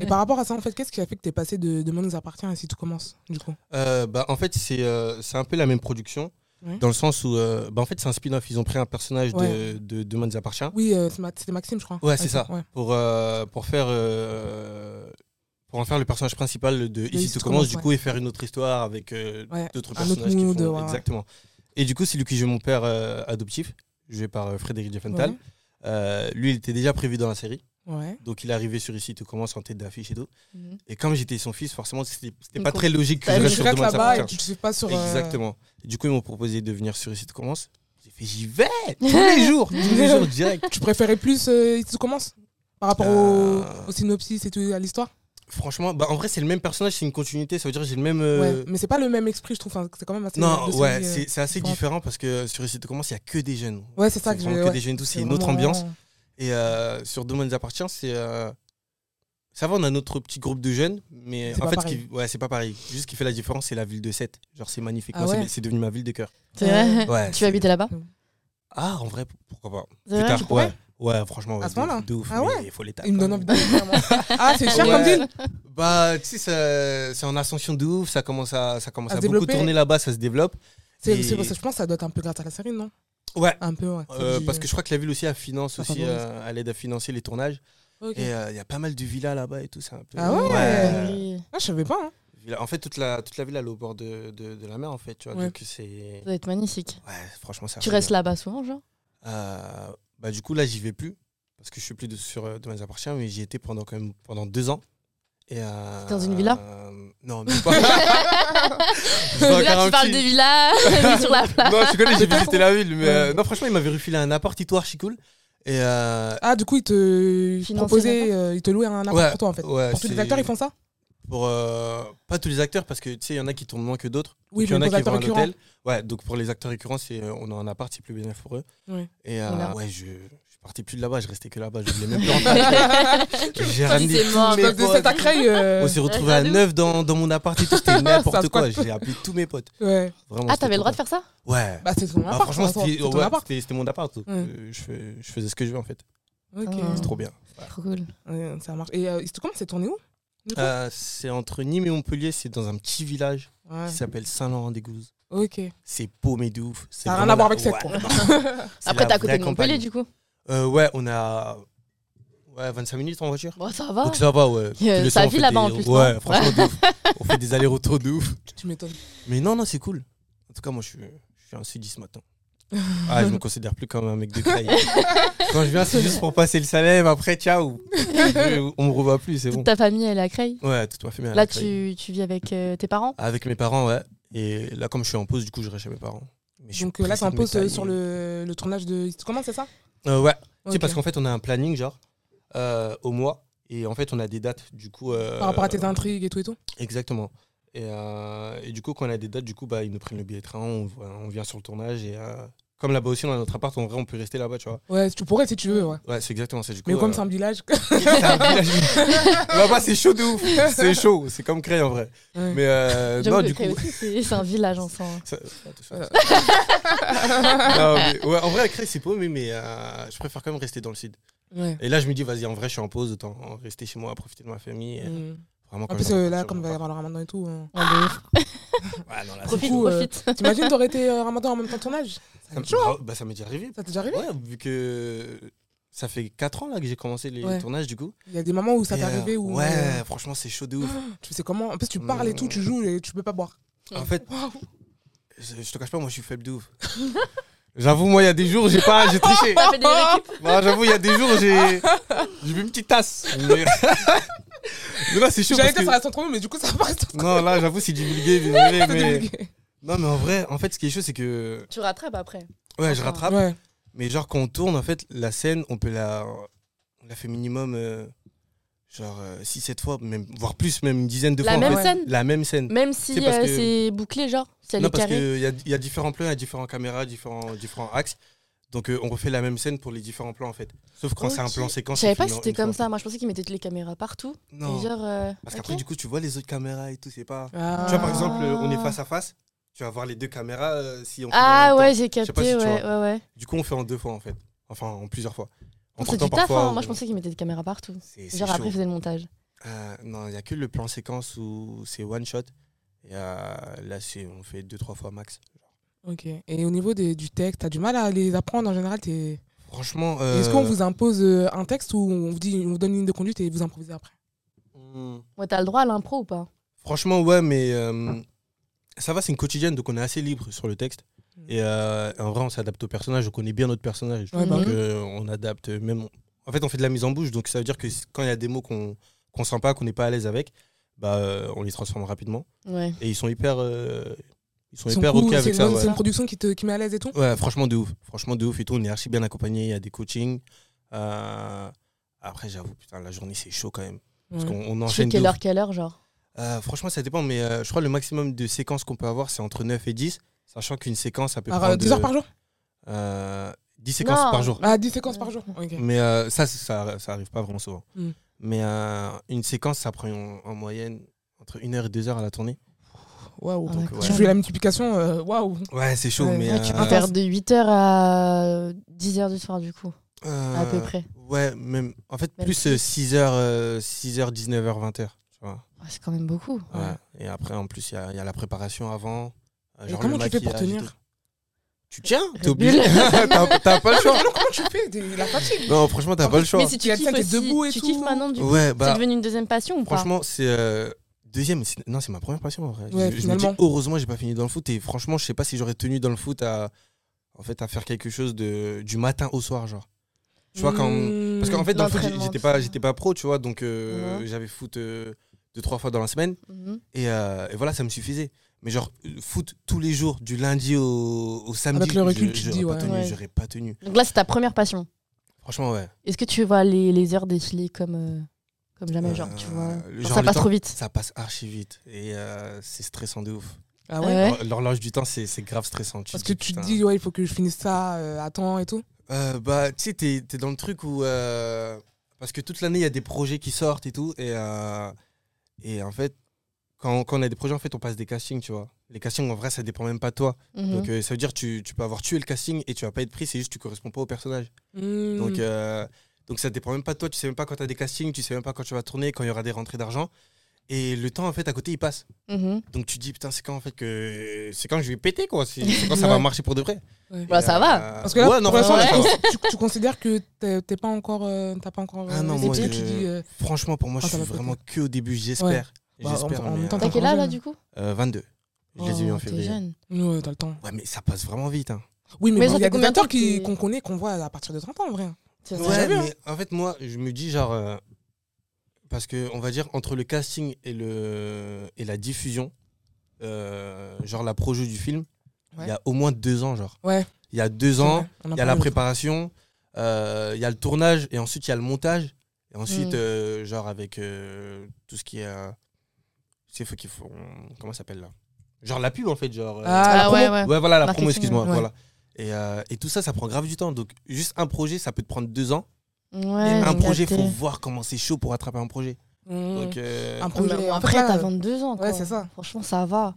[SPEAKER 1] Et par rapport à ça, en fait, qu'est-ce qui a fait que t'es passé de Demain nous appartient à Si tout commence, du coup
[SPEAKER 3] Euh, bah, en fait, c'est euh, c'est un peu la même production.
[SPEAKER 1] Ouais.
[SPEAKER 3] Dans le sens où, euh, bah, en fait, c'est un spin-off. Ils ont pris un personnage
[SPEAKER 1] Ouais.
[SPEAKER 3] de, de Demain nous appartient.
[SPEAKER 1] Oui, euh, c'est Ma- c'était Maxime, je crois.
[SPEAKER 3] Ouais, c'est ça.
[SPEAKER 1] Ouais.
[SPEAKER 3] pour, euh, pour faire euh, pour en faire le personnage principal de Ici tout commence, du coup, et faire une autre histoire avec euh,
[SPEAKER 1] Ouais,
[SPEAKER 3] d'autres
[SPEAKER 1] un autre
[SPEAKER 3] personnages qui
[SPEAKER 1] mood,
[SPEAKER 3] font-
[SPEAKER 1] ouais, ouais.
[SPEAKER 3] Exactement. Et du coup, c'est lui qui joue mon père euh, adoptif, joué par euh, Frédéric Diefenthal.
[SPEAKER 1] Ouais.
[SPEAKER 3] Euh, lui, il était déjà prévu dans la série,
[SPEAKER 1] Ouais.
[SPEAKER 3] donc il est arrivé sur Ici tout commence en tête d'affiche et tout.
[SPEAKER 2] Mhm.
[SPEAKER 3] Et comme j'étais son fils, forcément, c'était c'était
[SPEAKER 2] Donc,
[SPEAKER 3] pas
[SPEAKER 2] on-
[SPEAKER 3] très logique que
[SPEAKER 2] t'as
[SPEAKER 3] je
[SPEAKER 2] vu
[SPEAKER 1] Tu
[SPEAKER 3] reste sur
[SPEAKER 1] craques
[SPEAKER 3] Demande
[SPEAKER 1] là-bas
[SPEAKER 3] ça
[SPEAKER 1] et tu ne suis pas sur. euh,
[SPEAKER 3] Exactement. Et du coup, ils m'ont proposé de venir sur Ici tout commence. J'ai fait, j'y vais tous les jours, tous les jours direct.
[SPEAKER 1] Tu préférais plus euh, Ici tout commence par rapport
[SPEAKER 3] Euh.
[SPEAKER 1] au, au synopsis et tout, à l'histoire
[SPEAKER 3] Franchement, bah en vrai, c'est le même personnage, c'est une continuité. Ça veut dire que j'ai le même. euh,
[SPEAKER 1] Ouais, mais c'est pas le même esprit, je trouve. Enfin, c'est quand même assez.
[SPEAKER 3] Non,
[SPEAKER 1] deux séries,
[SPEAKER 3] ouais,
[SPEAKER 1] euh,
[SPEAKER 3] c'est c'est assez
[SPEAKER 1] différentes.
[SPEAKER 3] différent parce que sur Ici, tu commences, il n'y a que des jeunes.
[SPEAKER 1] euh. Ouais, c'est ça
[SPEAKER 3] C'est
[SPEAKER 1] que je.
[SPEAKER 3] vraiment que
[SPEAKER 1] ouais.
[SPEAKER 3] des jeunes, tous, c'est une
[SPEAKER 1] vraiment-
[SPEAKER 3] autre ambiance. Et euh, sur Deux Mondes Appartient, c'est. euh, Ça va, on a notre petit groupe de jeunes, mais
[SPEAKER 1] C'est
[SPEAKER 3] en
[SPEAKER 1] pas
[SPEAKER 3] fait, ce qui- ouais, c'est pas pareil. Juste ce qui fait la différence, c'est la ville de Sète. Genre, c'est magnifique.
[SPEAKER 1] Ah
[SPEAKER 3] Moi, c'est-
[SPEAKER 1] ouais
[SPEAKER 3] c'est devenu ma ville de cœur.
[SPEAKER 2] C'est vrai
[SPEAKER 3] Ouais,
[SPEAKER 2] Tu
[SPEAKER 3] c'est-
[SPEAKER 2] habitais là-bas
[SPEAKER 3] Ah, en vrai, pourquoi pas
[SPEAKER 2] C'est
[SPEAKER 3] Plus
[SPEAKER 2] vrai,
[SPEAKER 3] tard,
[SPEAKER 2] tu
[SPEAKER 3] ouais. Ouais, franchement, ouais,
[SPEAKER 1] À ce
[SPEAKER 3] de ouf,
[SPEAKER 1] moment-là
[SPEAKER 3] de ouf.
[SPEAKER 1] Ah
[SPEAKER 3] mais
[SPEAKER 1] ouais
[SPEAKER 3] Il faut les
[SPEAKER 1] Il me donne envie d'aller, vraiment. Ah, c'est cher
[SPEAKER 3] Ouais.
[SPEAKER 1] comme ville
[SPEAKER 3] Bah, tu sais, ça- c'est en ascension de ouf, ça commence à, ça commence
[SPEAKER 1] À
[SPEAKER 3] à,
[SPEAKER 1] se
[SPEAKER 3] beaucoup
[SPEAKER 1] développer.
[SPEAKER 3] tourner là-bas, ça se développe.
[SPEAKER 1] C'est-
[SPEAKER 3] Et-
[SPEAKER 1] c'est parce que Je pense que ça doit être un peu grâce à la série, non
[SPEAKER 3] Ouais.
[SPEAKER 1] Un peu, ouais.
[SPEAKER 3] Euh, parce que je crois que la ville aussi, elle finance
[SPEAKER 2] Ah,
[SPEAKER 1] Ça
[SPEAKER 3] aussi,
[SPEAKER 1] favorise.
[SPEAKER 3] euh, elle aide à financer les tournages.
[SPEAKER 1] Ok.
[SPEAKER 3] Et euh, il y a pas mal de villas là-bas et tout, c'est un peu. euh,
[SPEAKER 1] Ah ouais
[SPEAKER 2] Oui.
[SPEAKER 1] Ah, je savais pas, hein.
[SPEAKER 3] Villa- En fait, toute la, toute la ville, elle est au bord de, de, de la mer, en fait, tu vois.
[SPEAKER 1] Ouais.
[SPEAKER 3] Donc, c'est.
[SPEAKER 2] Ça doit être magnifique.
[SPEAKER 3] Ouais, franchement, c'est
[SPEAKER 2] Tu
[SPEAKER 3] affreux.
[SPEAKER 2] restes là-bas souvent, genre
[SPEAKER 3] Euh, Bah, du coup, là, j'y vais plus. Parce que je suis plus de, sur euh, Domaines Appartiens, mais j'y étais pendant quand même pendant deux ans. Et euh,
[SPEAKER 2] Dans une villa
[SPEAKER 3] euh, Non, même pas. Je dois encore
[SPEAKER 2] Là,
[SPEAKER 3] un
[SPEAKER 2] tu parles
[SPEAKER 3] petit-
[SPEAKER 2] des villas sur la plage.
[SPEAKER 3] Non, tu connais, j'ai visité la ville. Mais
[SPEAKER 1] Ouais.
[SPEAKER 3] euh, non, franchement, il m'avait refilé un appart, il chicoule cool. Et euh,
[SPEAKER 1] Ah, du coup, ils te ils
[SPEAKER 2] Financer
[SPEAKER 1] proposaient, euh, ils te louaient un appart
[SPEAKER 3] Ouais,
[SPEAKER 1] pour toi, en fait.
[SPEAKER 3] ouais,
[SPEAKER 1] pour tous les
[SPEAKER 3] c'est-
[SPEAKER 1] acteurs, ils font ça
[SPEAKER 3] pour euh, pas tous les acteurs parce que tu sais il y en a qui tournent moins que d'autres
[SPEAKER 1] Oui,
[SPEAKER 3] il y en
[SPEAKER 1] mais
[SPEAKER 3] a
[SPEAKER 1] pour les
[SPEAKER 3] qui vont à
[SPEAKER 1] acteurs récurrents.
[SPEAKER 3] l'hôtel ouais donc pour les acteurs récurrents c'est euh, on a un appart c'est plus bénéfique pour eux
[SPEAKER 1] Ouais.
[SPEAKER 3] et euh,
[SPEAKER 2] Voilà.
[SPEAKER 3] ouais je je suis parti plus de là-bas je restais que là-bas je voulais même plus rentrer j'ai ramené
[SPEAKER 2] c'est mort,
[SPEAKER 3] tous mes
[SPEAKER 1] Donc, de cet
[SPEAKER 3] potes
[SPEAKER 1] accueil. euh,
[SPEAKER 3] on s'est retrouvé à
[SPEAKER 2] Regardez-vous.
[SPEAKER 3] neuf dans, dans mon appart et tout c'était
[SPEAKER 1] Ça se
[SPEAKER 3] n'importe quoi
[SPEAKER 1] passe.
[SPEAKER 3] j'ai appelé tous mes potes
[SPEAKER 1] Ouais.
[SPEAKER 3] vraiment
[SPEAKER 2] Ah, t'avais le droit de faire ça
[SPEAKER 3] faire ouais
[SPEAKER 1] Bah, c'est ton
[SPEAKER 3] Bah,
[SPEAKER 1] appart.
[SPEAKER 3] franchement
[SPEAKER 1] de toute façon,
[SPEAKER 3] c'était
[SPEAKER 1] c'est ton
[SPEAKER 3] ouais,
[SPEAKER 1] appart.
[SPEAKER 3] c'était- c'était mon appart donc,
[SPEAKER 1] Ouais.
[SPEAKER 3] euh, je fais- je faisais ce que je veux en fait
[SPEAKER 1] Ok.
[SPEAKER 2] Ah.
[SPEAKER 3] c'est trop bien
[SPEAKER 2] Trop cool.
[SPEAKER 1] Ouais, ça marche. Et euh, Is to Come, c'est tourné où Du coup
[SPEAKER 3] Euh, c'est entre Nîmes et Montpellier c'est dans un petit village
[SPEAKER 1] Ouais.
[SPEAKER 3] qui s'appelle Saint-Laurent-des-Gouzes
[SPEAKER 1] Ok.
[SPEAKER 3] c'est paumé de ouf. c'est
[SPEAKER 1] Ça a rien
[SPEAKER 3] vraiment
[SPEAKER 1] à voir
[SPEAKER 3] la-
[SPEAKER 1] avec cette, quoi.
[SPEAKER 3] ouais, non. C'est
[SPEAKER 2] Après,
[SPEAKER 3] la
[SPEAKER 2] t'es à côté
[SPEAKER 3] vraie
[SPEAKER 2] de Montpellier,
[SPEAKER 3] campagne.
[SPEAKER 2] du coup.
[SPEAKER 3] Euh, Ouais, on a ouais, 25 minutes en voiture.
[SPEAKER 2] Bon, ça va.
[SPEAKER 3] Donc ça va, ouais. Tous les
[SPEAKER 2] Oh. ça
[SPEAKER 3] soirs, on
[SPEAKER 2] vit
[SPEAKER 3] fait
[SPEAKER 2] là-bas, en
[SPEAKER 3] des-
[SPEAKER 2] plus,
[SPEAKER 3] Ouais,
[SPEAKER 2] non
[SPEAKER 3] franchement, de ouf. On fait des allers-retours de ouf.
[SPEAKER 1] Tu m'étonnes.
[SPEAKER 3] Mais non, non, c'est cool. En tout cas, moi, je suis, je suis un sudiste maintenant. Ah, je me considère plus comme un mec de Creil. Quand je viens, c'est juste pour passer le salem. Après, ciao. Je- on me revoit plus, c'est bon.
[SPEAKER 2] Toute ta famille, elle est à Creil.
[SPEAKER 3] Ouais, tout à fait bien. à la
[SPEAKER 2] Là,
[SPEAKER 3] Creil.
[SPEAKER 2] tu, tu vis avec euh, tes parents
[SPEAKER 3] Avec mes parents, ouais. Et là, comme je suis en pause, du coup, je reste chez mes parents. Mais je suis
[SPEAKER 1] Donc euh, là,
[SPEAKER 3] pressé
[SPEAKER 1] c'est en
[SPEAKER 3] de
[SPEAKER 1] pause euh,
[SPEAKER 3] m'étaler.
[SPEAKER 1] sur le, le tournage de Is to Come, c'est ça
[SPEAKER 3] Euh, ouais. Tu sais,
[SPEAKER 1] Ok.
[SPEAKER 3] parce qu'en fait, on a un planning, genre, euh, au mois. Et en fait, on a des dates, du coup. euh,
[SPEAKER 1] Par rapport à tes intrigues et tout et tout
[SPEAKER 3] Exactement. Et, euh, et du coup, quand on a des dates, du coup, bah, ils nous prennent le billet de train, on, va- on vient sur le tournage. Et euh, comme là-bas aussi, on a notre appart, en vrai, on peut rester là-bas, tu vois.
[SPEAKER 1] Ouais, tu pourrais si tu veux, ouais.
[SPEAKER 3] Ouais, c'est exactement ça, du coup.
[SPEAKER 1] Mais comme
[SPEAKER 3] euh,
[SPEAKER 1] c'est un village.
[SPEAKER 3] c'est un village. là-bas, c'est chaud de ouf. C'est chaud, c'est comme Créé, en vrai.
[SPEAKER 1] Ouais.
[SPEAKER 3] Mais euh,
[SPEAKER 2] J'avoue
[SPEAKER 3] non,
[SPEAKER 2] que
[SPEAKER 3] du coup.
[SPEAKER 2] Creil aussi, c'est c'est un village ensemble.
[SPEAKER 3] ça- attention,
[SPEAKER 1] Euh.
[SPEAKER 3] Non, mais- ouais, en vrai, Créé, c'est paumé, mais euh, je préfère quand même rester dans le sud.
[SPEAKER 1] Ouais.
[SPEAKER 3] Et là, je me dis, vas-y, en vrai, je suis en pause, autant rester chez moi, profiter de ma famille. et
[SPEAKER 1] Mm.
[SPEAKER 3] Vraiment, quand
[SPEAKER 1] En plus,
[SPEAKER 3] je
[SPEAKER 1] euh,
[SPEAKER 3] rentre,
[SPEAKER 1] là,
[SPEAKER 3] je
[SPEAKER 1] comme il va y
[SPEAKER 3] repars.
[SPEAKER 1] avoir le ramadan et tout. hein.
[SPEAKER 3] Ouais, non, là,
[SPEAKER 2] Profite,
[SPEAKER 1] coup, euh,
[SPEAKER 2] profite.
[SPEAKER 1] T'imagines, t'aurais été euh, ramadan en même temps que tournage
[SPEAKER 3] ça me- Ah, bah, ça m'est déjà arrivé.
[SPEAKER 1] hein. Ça t'est déjà arrivé
[SPEAKER 3] Ouais, vu que ça fait 4 ans là que j'ai commencé les
[SPEAKER 1] Ouais.
[SPEAKER 3] tournages, du coup.
[SPEAKER 1] Il y a des moments où ça
[SPEAKER 3] Et,
[SPEAKER 1] t'est
[SPEAKER 3] euh,
[SPEAKER 1] arrivé où.
[SPEAKER 3] Ouais, Mm.
[SPEAKER 1] euh,
[SPEAKER 3] franchement, c'est chaud de ouf.
[SPEAKER 1] Tu sais comment En plus, tu parles et tout, tu joues et tu peux pas boire.
[SPEAKER 3] en fait, je, je te cache pas, moi, je suis faible de ouf. J'avoue, moi, il y a des jours, j'ai pas, j'ai triché.
[SPEAKER 2] T'as fait des récup
[SPEAKER 3] Moi, j'avoue, il y a des jours, j'ai, j'ai bu une petite tasse. Mais, Mais là, c'est chaud
[SPEAKER 1] J'allais
[SPEAKER 3] parce
[SPEAKER 1] dire
[SPEAKER 3] que.
[SPEAKER 1] ça reste entre nous, mais du coup, ça reste
[SPEAKER 3] Non, là, j'avoue, c'est divulgué, désolé,
[SPEAKER 1] entre
[SPEAKER 3] mais.
[SPEAKER 1] nous.
[SPEAKER 3] Non, mais en vrai, en fait, ce qui est chaud, c'est que.
[SPEAKER 2] Tu rattrapes après.
[SPEAKER 3] Ouais, je rattrape.
[SPEAKER 1] Ouais.
[SPEAKER 3] Mais genre quand on tourne, en fait, la scène, on peut la, on la fait minimum euh, genre 6-7 fois, même, voire plus, même une dizaine de
[SPEAKER 2] La
[SPEAKER 3] fois. en
[SPEAKER 2] même
[SPEAKER 3] fait.
[SPEAKER 2] scène
[SPEAKER 3] La même scène.
[SPEAKER 2] Même si
[SPEAKER 3] C'est parce
[SPEAKER 2] euh,
[SPEAKER 3] que-
[SPEAKER 2] c'est bouclé, genre, si elle
[SPEAKER 3] non,
[SPEAKER 2] est
[SPEAKER 3] parce
[SPEAKER 2] carrée.
[SPEAKER 3] qu'il y a, y a différents plans, il y a différentes caméras, différents, différents axes. Donc euh, on refait la même scène pour les différents plans en fait. Sauf quand c'est un
[SPEAKER 2] Ok.
[SPEAKER 3] plan séquence.
[SPEAKER 2] Je savais
[SPEAKER 3] on
[SPEAKER 2] pas
[SPEAKER 3] filme
[SPEAKER 2] si
[SPEAKER 3] en
[SPEAKER 2] c'était
[SPEAKER 3] une fois.
[SPEAKER 2] comme ça. Moi, je pensais qu'ils mettaient les caméras partout.
[SPEAKER 3] Non.
[SPEAKER 2] Et genre, euh,
[SPEAKER 3] Parce
[SPEAKER 2] ok.
[SPEAKER 3] qu'après, du coup, tu vois les autres caméras et tout, c'est pas.
[SPEAKER 1] Ah.
[SPEAKER 3] Tu vois, par exemple, euh, on est face à face, tu vas voir les deux caméras euh, si on filme en
[SPEAKER 2] Ah
[SPEAKER 3] même temps.
[SPEAKER 2] ouais, j'ai
[SPEAKER 3] sais pas
[SPEAKER 2] capté,
[SPEAKER 3] si tu
[SPEAKER 2] ouais, ouais, ouais.
[SPEAKER 3] Du coup, on fait en deux fois en fait. Enfin, en plusieurs fois.
[SPEAKER 2] Donc, C'est
[SPEAKER 3] Entre-temps,
[SPEAKER 2] du taf,
[SPEAKER 3] parfois,
[SPEAKER 2] hein. Moi, je
[SPEAKER 3] on-
[SPEAKER 2] pensais qu'ils mettaient des caméras partout.
[SPEAKER 3] c'est- c'est
[SPEAKER 2] Genre, après,
[SPEAKER 3] chaud.
[SPEAKER 2] ils faisaient le montage.
[SPEAKER 3] Euh, non, il n'y a que le plan séquence où c'est one shot. Et euh, là, c'est- on fait deux, trois fois max.
[SPEAKER 1] Ah, Ok. Et au niveau des- du texte, t'as du mal à les apprendre en général t'es-
[SPEAKER 3] Franchement.
[SPEAKER 1] Est-ce qu'on
[SPEAKER 3] euh,
[SPEAKER 1] vous impose euh, un texte ou on vous dit, on vous donne une ligne de conduite et vous improvisez après
[SPEAKER 2] Ouais, t'as le droit à l'impro ou pas
[SPEAKER 3] hmm, Franchement, ouais, mais euh, ça va, c'est une quotidienne, donc on est assez libre sur le texte. Et euh, en vrai, on s'adapte au personnage, on connaît bien notre personnage.
[SPEAKER 1] Ouais,
[SPEAKER 2] bah
[SPEAKER 3] donc
[SPEAKER 2] oui.
[SPEAKER 3] euh, on adapte même. En fait, on fait de la mise en bouche, donc ça veut dire que c- quand il y a des mots qu'on qu'on sent pas, qu'on n'est pas à l'aise avec, bah, euh, on les transforme rapidement.
[SPEAKER 2] Ouais.
[SPEAKER 3] Et ils sont hyper, euh, ils sont
[SPEAKER 1] Ils sont
[SPEAKER 3] hyper
[SPEAKER 1] cool,
[SPEAKER 3] ok
[SPEAKER 1] c'est une
[SPEAKER 3] avec ça.
[SPEAKER 1] bonne-
[SPEAKER 3] ouais.
[SPEAKER 1] C'est une production qui te qui met à l'aise et tout.
[SPEAKER 3] Ouais, franchement, de ouf. Franchement, de ouf et tout. On est archi bien accompagné. Il y a des coachings. Euh, Après, j'avoue, putain, la journée, c'est chaud quand même. Parce
[SPEAKER 1] Ouais.
[SPEAKER 3] qu'on on
[SPEAKER 2] Tu
[SPEAKER 3] enchaîne.
[SPEAKER 2] fais
[SPEAKER 3] de
[SPEAKER 2] quelle
[SPEAKER 3] ouf.
[SPEAKER 2] heure, quelle heure, genre
[SPEAKER 3] Euh, franchement, ça dépend, mais euh, je crois que le maximum de séquences qu'on peut avoir, c'est entre 9 et 10. Sachant qu'une séquence, ça peut
[SPEAKER 1] Par,
[SPEAKER 3] prendre.
[SPEAKER 1] 2 heures par jour
[SPEAKER 3] euh, 10 séquences
[SPEAKER 2] Non.
[SPEAKER 3] par jour.
[SPEAKER 1] Ah, 10 séquences par jour. Ok.
[SPEAKER 3] Mais euh, ça, c'est- ça, ça arrive pas vraiment souvent.
[SPEAKER 1] Mm.
[SPEAKER 3] Mais euh, une séquence, ça prend en, en moyenne entre 1 heure et 2 heures à la tournée.
[SPEAKER 1] Waouh.
[SPEAKER 2] Ah,
[SPEAKER 3] donc,
[SPEAKER 2] d'accord.
[SPEAKER 1] Tu fais la multiplication, euh, waouh.
[SPEAKER 3] Ouais, c'est chaud,
[SPEAKER 1] Ouais.
[SPEAKER 3] mais.
[SPEAKER 2] Ouais, tu peux
[SPEAKER 3] euh,
[SPEAKER 2] faire de 8h à 10h du soir, du coup,
[SPEAKER 3] euh,
[SPEAKER 2] à peu près.
[SPEAKER 3] Ouais, même. En fait,
[SPEAKER 2] Même
[SPEAKER 3] plus euh,
[SPEAKER 2] plus.
[SPEAKER 3] 6h, euh, 6h, 19h, 20h. Tu vois.
[SPEAKER 2] Ah, c'est quand même beaucoup.
[SPEAKER 3] Ouais. Et après, en plus, il y a, il y a la préparation avant. euh,
[SPEAKER 1] Et
[SPEAKER 3] genre
[SPEAKER 1] comment
[SPEAKER 3] le
[SPEAKER 1] tu fais
[SPEAKER 3] maquillage
[SPEAKER 1] pour
[SPEAKER 3] et
[SPEAKER 1] tenir
[SPEAKER 3] tout. Tu tiens
[SPEAKER 2] Red
[SPEAKER 3] T'es obligé
[SPEAKER 2] Bull.
[SPEAKER 3] T'as t'as pas le choix
[SPEAKER 1] Alors, comment tu fais des- La fatigue.
[SPEAKER 3] Non, franchement, t'as pas le choix.
[SPEAKER 2] Mais si
[SPEAKER 1] Il y
[SPEAKER 2] tu
[SPEAKER 1] a
[SPEAKER 2] kiffes,
[SPEAKER 1] ça, t'es
[SPEAKER 2] aussi-
[SPEAKER 1] debout et
[SPEAKER 2] tu
[SPEAKER 1] tout.
[SPEAKER 2] kiffes maintenant, du coup,
[SPEAKER 3] Ouais,
[SPEAKER 2] c'est
[SPEAKER 3] bah,
[SPEAKER 2] devenu une deuxième passion ou pas
[SPEAKER 3] franchement, c'est. euh, Deuxième, c'est- non, c'est ma première passion en vrai.
[SPEAKER 1] Ouais,
[SPEAKER 3] je, je me dis,
[SPEAKER 1] finalement.
[SPEAKER 3] heureusement, j'ai pas fini dans le foot. Et franchement, je sais pas si j'aurais tenu dans le foot à, en fait, à faire quelque chose de, du matin au soir, genre. Tu vois, quand.
[SPEAKER 1] Mmh.
[SPEAKER 3] Parce qu'en fait, dans le foot, j'ai-
[SPEAKER 2] L'entraînement,
[SPEAKER 3] j'étais
[SPEAKER 2] tout
[SPEAKER 3] pas,
[SPEAKER 2] ça.
[SPEAKER 3] j'étais pas pro, tu vois. Donc, euh,
[SPEAKER 2] Ouais.
[SPEAKER 3] j'avais foot euh, deux, trois fois dans la semaine.
[SPEAKER 2] Mhm.
[SPEAKER 3] Et, euh, et voilà, ça me suffisait. Mais genre, euh, foot tous les jours, du lundi au, au samedi.
[SPEAKER 1] Avec le recul,
[SPEAKER 3] je-
[SPEAKER 1] tu te
[SPEAKER 3] j'aurais
[SPEAKER 1] dis,
[SPEAKER 3] pas
[SPEAKER 1] ouais.
[SPEAKER 3] tenu,
[SPEAKER 2] Ouais.
[SPEAKER 3] J'aurais pas tenu.
[SPEAKER 2] Donc là, c'est ta première passion.
[SPEAKER 3] Franchement, ouais.
[SPEAKER 2] Est-ce que tu vois les, les heures défiler comme, euh, comme jamais Genre, tu
[SPEAKER 3] Euh,
[SPEAKER 2] vois.
[SPEAKER 3] le-
[SPEAKER 2] genre,
[SPEAKER 3] genre,
[SPEAKER 2] ça
[SPEAKER 3] le
[SPEAKER 2] passe
[SPEAKER 3] temps-
[SPEAKER 2] trop vite.
[SPEAKER 3] Ça passe archi vite. Et euh, c'est stressant de ouf.
[SPEAKER 1] Ah
[SPEAKER 2] Ah
[SPEAKER 1] ouais
[SPEAKER 2] ouais.
[SPEAKER 3] L'hor- L'horloge du temps, c'est c'est grave stressant.
[SPEAKER 1] Parce que tu te
[SPEAKER 3] putain.
[SPEAKER 1] dis, ouais, il faut que je finisse ça euh, à temps et tout.
[SPEAKER 3] Euh, bah, tu sais, t'es t'es dans le truc où. euh, parce que toute l'année, il y a des projets qui sortent et tout. Et, euh, et en fait, quand, quand on a des projets, en fait, on passe des castings, tu vois. Les castings, en vrai, ça dépend même pas de toi.
[SPEAKER 2] Mhm.
[SPEAKER 3] Donc, euh, ça veut dire tu, tu peux avoir tué le casting et tu vas pas être pris, c'est juste que tu corresponds pas au personnage.
[SPEAKER 1] Mmh.
[SPEAKER 2] Hmm,
[SPEAKER 3] Donc, euh, donc, ça dépend même pas de toi. Tu sais même pas quand t'as des castings, tu sais même pas quand tu vas tourner, quand il y aura des rentrées d'argent. Et le temps, en fait, à côté, il passe.
[SPEAKER 2] Mhm.
[SPEAKER 3] Donc tu te dis putain c'est quand en fait que c'est quand je vais péter quoi c'est c'est quand ça va
[SPEAKER 1] Ouais.
[SPEAKER 3] marcher pour de vrai.
[SPEAKER 1] Ouais.
[SPEAKER 2] Bah, ça
[SPEAKER 3] Et,
[SPEAKER 2] va.
[SPEAKER 3] euh,
[SPEAKER 1] Parce que là,
[SPEAKER 3] ouais, non,
[SPEAKER 1] pour l'instant,
[SPEAKER 3] franchement,
[SPEAKER 1] tu,
[SPEAKER 3] ouais.
[SPEAKER 1] cons- tu- tu considères que t'es t'es pas encore. euh, T'as pas encore.
[SPEAKER 3] Ah non,
[SPEAKER 1] euh,
[SPEAKER 3] moi,
[SPEAKER 1] tu
[SPEAKER 3] je-
[SPEAKER 1] dis, euh,
[SPEAKER 3] franchement pour moi
[SPEAKER 1] Ah,
[SPEAKER 3] je
[SPEAKER 1] ça va
[SPEAKER 3] suis
[SPEAKER 1] péter.
[SPEAKER 3] vraiment que au début j'espère.
[SPEAKER 1] Bah,
[SPEAKER 3] J'espère
[SPEAKER 1] en- en
[SPEAKER 3] mais,
[SPEAKER 1] même temps,
[SPEAKER 3] euh,
[SPEAKER 1] t'as
[SPEAKER 2] T'as quel âge là,
[SPEAKER 1] jeune.
[SPEAKER 2] du coup Oh,
[SPEAKER 3] euh, 22. Je
[SPEAKER 1] Oh,
[SPEAKER 3] les ai eu en février.
[SPEAKER 1] ouais, t'as le temps.
[SPEAKER 3] Ouais mais ça passe vraiment vite hein.
[SPEAKER 1] Oui, mais
[SPEAKER 2] Mais
[SPEAKER 1] bon,
[SPEAKER 2] ça
[SPEAKER 1] il y a
[SPEAKER 2] fait
[SPEAKER 1] des
[SPEAKER 2] combien de temps
[SPEAKER 1] acteurs qui-
[SPEAKER 2] que-
[SPEAKER 1] qu'on connaît, qu'on voit à partir de 30 ans en vrai. hein.
[SPEAKER 2] C'est
[SPEAKER 1] Ouais,
[SPEAKER 2] vrai.
[SPEAKER 1] jamais, hein.
[SPEAKER 3] mais en fait moi je me dis genre euh, parce que on va dire entre le casting et le et la diffusion euh, genre la projet du film il
[SPEAKER 1] Ouais.
[SPEAKER 3] y a au moins deux ans genre.
[SPEAKER 1] Ouais.
[SPEAKER 3] Il y a deux ans. Il y a la
[SPEAKER 1] préparation.
[SPEAKER 3] préparation, euh, il y a le tournage, et ensuite il y a le montage. Et ensuite,
[SPEAKER 2] Mm.
[SPEAKER 3] euh, genre avec euh, tout ce qui est. euh, tu sais, faut qu'ils font. Comment ça s'appelle là Genre la pub en fait, genre. euh,
[SPEAKER 1] Ah, la
[SPEAKER 2] Ah ouais,
[SPEAKER 1] promo.
[SPEAKER 2] ouais.
[SPEAKER 3] ouais, voilà, la promo,
[SPEAKER 2] marketing,
[SPEAKER 3] excuse-moi.
[SPEAKER 1] ouais.
[SPEAKER 3] Voilà. Et, euh, et tout ça, ça prend grave du temps. Donc, juste un projet, ça peut te prendre deux ans.
[SPEAKER 2] Ouais,
[SPEAKER 3] et
[SPEAKER 2] j'ai
[SPEAKER 3] un projet,
[SPEAKER 2] capté.
[SPEAKER 3] faut voir comment c'est chaud pour attraper un projet.
[SPEAKER 1] Mmh.
[SPEAKER 3] Donc, euh,
[SPEAKER 1] Un
[SPEAKER 2] Ah, mais
[SPEAKER 1] projet.
[SPEAKER 2] bon,
[SPEAKER 1] en fait,
[SPEAKER 2] après,
[SPEAKER 1] là,
[SPEAKER 2] t'as 22 ans.
[SPEAKER 1] Ouais,
[SPEAKER 2] quoi.
[SPEAKER 1] c'est ça.
[SPEAKER 2] Franchement, ça va.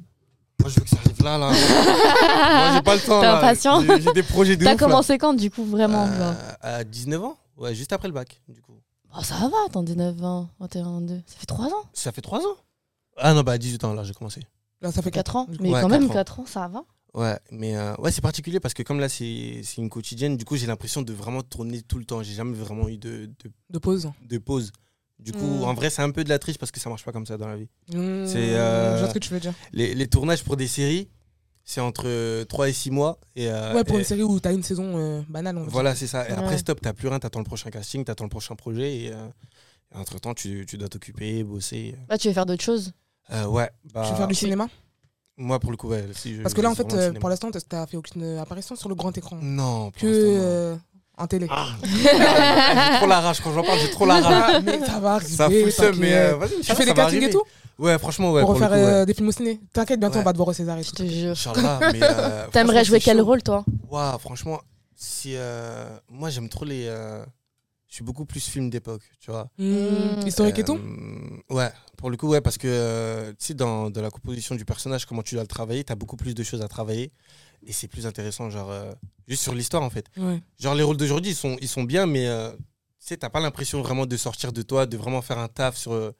[SPEAKER 3] moi, je veux que ça arrive là, là. moi, j'ai pas le temps.
[SPEAKER 2] T'es
[SPEAKER 3] là.
[SPEAKER 2] impatient
[SPEAKER 3] J'ai- J'ai des projets de
[SPEAKER 2] T'as
[SPEAKER 3] ouf, là.
[SPEAKER 2] commencé quand, du coup, vraiment genre
[SPEAKER 3] Euh, À 19 ans Ouais, juste après le bac, du coup.
[SPEAKER 2] Ah, Ça va, t'en 19, 20, 21, 22. Ça fait 3 ans
[SPEAKER 3] Ça fait 3 ans Ah non, bah à 18 ans, là, j'ai commencé.
[SPEAKER 1] Là, ça fait 4
[SPEAKER 2] 4 ans.
[SPEAKER 1] du coup.
[SPEAKER 2] Mais
[SPEAKER 3] Ouais,
[SPEAKER 2] quand même,
[SPEAKER 3] quatre
[SPEAKER 2] 4
[SPEAKER 3] ans.
[SPEAKER 2] ans, ça va.
[SPEAKER 3] Ouais, mais euh, ouais, c'est particulier parce que comme là, c'est c'est une quotidienne, du coup, j'ai l'impression de vraiment tourner tout le temps. J'ai jamais vraiment eu de, de,
[SPEAKER 1] de pause.
[SPEAKER 3] de pause. Du coup,
[SPEAKER 1] Mm.
[SPEAKER 3] en vrai, c'est un peu de la triche parce que ça marche pas comme ça dans la vie.
[SPEAKER 2] Hmm,
[SPEAKER 1] Mmh.
[SPEAKER 3] C'est, euh,
[SPEAKER 1] Je vois ce que tu veux dire.
[SPEAKER 3] Les, les tournages pour des séries, c'est entre 3 et 6 mois. Et, euh,
[SPEAKER 1] Ouais, pour
[SPEAKER 3] et-
[SPEAKER 1] une série où t'as une saison euh, banale, on va dire.
[SPEAKER 3] Voilà, c'est ça. Et après,
[SPEAKER 2] Ouais.
[SPEAKER 3] stop, t'as plus rien, t'attends le prochain casting, t'attends le prochain projet. Et, euh, et entre-temps, tu, tu dois t'occuper, bosser.
[SPEAKER 2] Là, tu veux faire d'autres choses.
[SPEAKER 3] Euh, ouais,
[SPEAKER 1] Tu
[SPEAKER 3] bah,
[SPEAKER 1] veux faire du cinéma
[SPEAKER 3] moi, pour le coup, ouais, si je-
[SPEAKER 1] Parce que là, en
[SPEAKER 3] c'est
[SPEAKER 1] fait,
[SPEAKER 3] vraiment le
[SPEAKER 1] euh,
[SPEAKER 3] cinéma.
[SPEAKER 1] pour l'instant, t'as- t'as fait aucune apparition sur le grand écran.
[SPEAKER 3] Non, pour
[SPEAKER 1] Que
[SPEAKER 3] l'instant, non.
[SPEAKER 1] euh, en télé.
[SPEAKER 3] Ah, j'ai trop la rage quand j'en parle, j'ai trop la rage.
[SPEAKER 1] Ah, mais ça va arriver.
[SPEAKER 3] Ça fout le seum, mais euh,
[SPEAKER 1] t'inquiète.
[SPEAKER 3] vas-y,
[SPEAKER 1] Tu fais des castings et tout
[SPEAKER 3] Ouais, franchement, ouais.
[SPEAKER 1] pour
[SPEAKER 3] le
[SPEAKER 1] refaire
[SPEAKER 3] coup, ouais.
[SPEAKER 1] euh, des films au ciné. T'inquiète, bientôt
[SPEAKER 3] Ouais.
[SPEAKER 1] on va devoir au César et
[SPEAKER 2] Je
[SPEAKER 1] tout.
[SPEAKER 2] te jure.
[SPEAKER 3] Inch'Allah, mais,
[SPEAKER 2] T'aimerais
[SPEAKER 3] euh, franchement,
[SPEAKER 2] jouer
[SPEAKER 3] c'est
[SPEAKER 2] quel
[SPEAKER 3] chaud.
[SPEAKER 2] rôle, toi
[SPEAKER 3] Waouh, franchement, si. euh, moi, j'aime trop les. euh, je suis beaucoup plus film d'époque, tu vois.
[SPEAKER 1] Mmh. Historique et tout
[SPEAKER 3] Euh, Ouais, pour le coup, ouais, parce que euh, tu sais, dans, dans la composition du personnage, comment tu dois le travailler, t'as beaucoup plus de choses à travailler. Et c'est plus intéressant, genre, euh, juste sur l'histoire, en fait.
[SPEAKER 1] Ouais.
[SPEAKER 3] Genre, les rôles d'aujourd'hui, ils sont, ils sont bien, mais euh, tu sais, t'as pas l'impression vraiment de sortir de toi, de vraiment faire un taf sur, euh,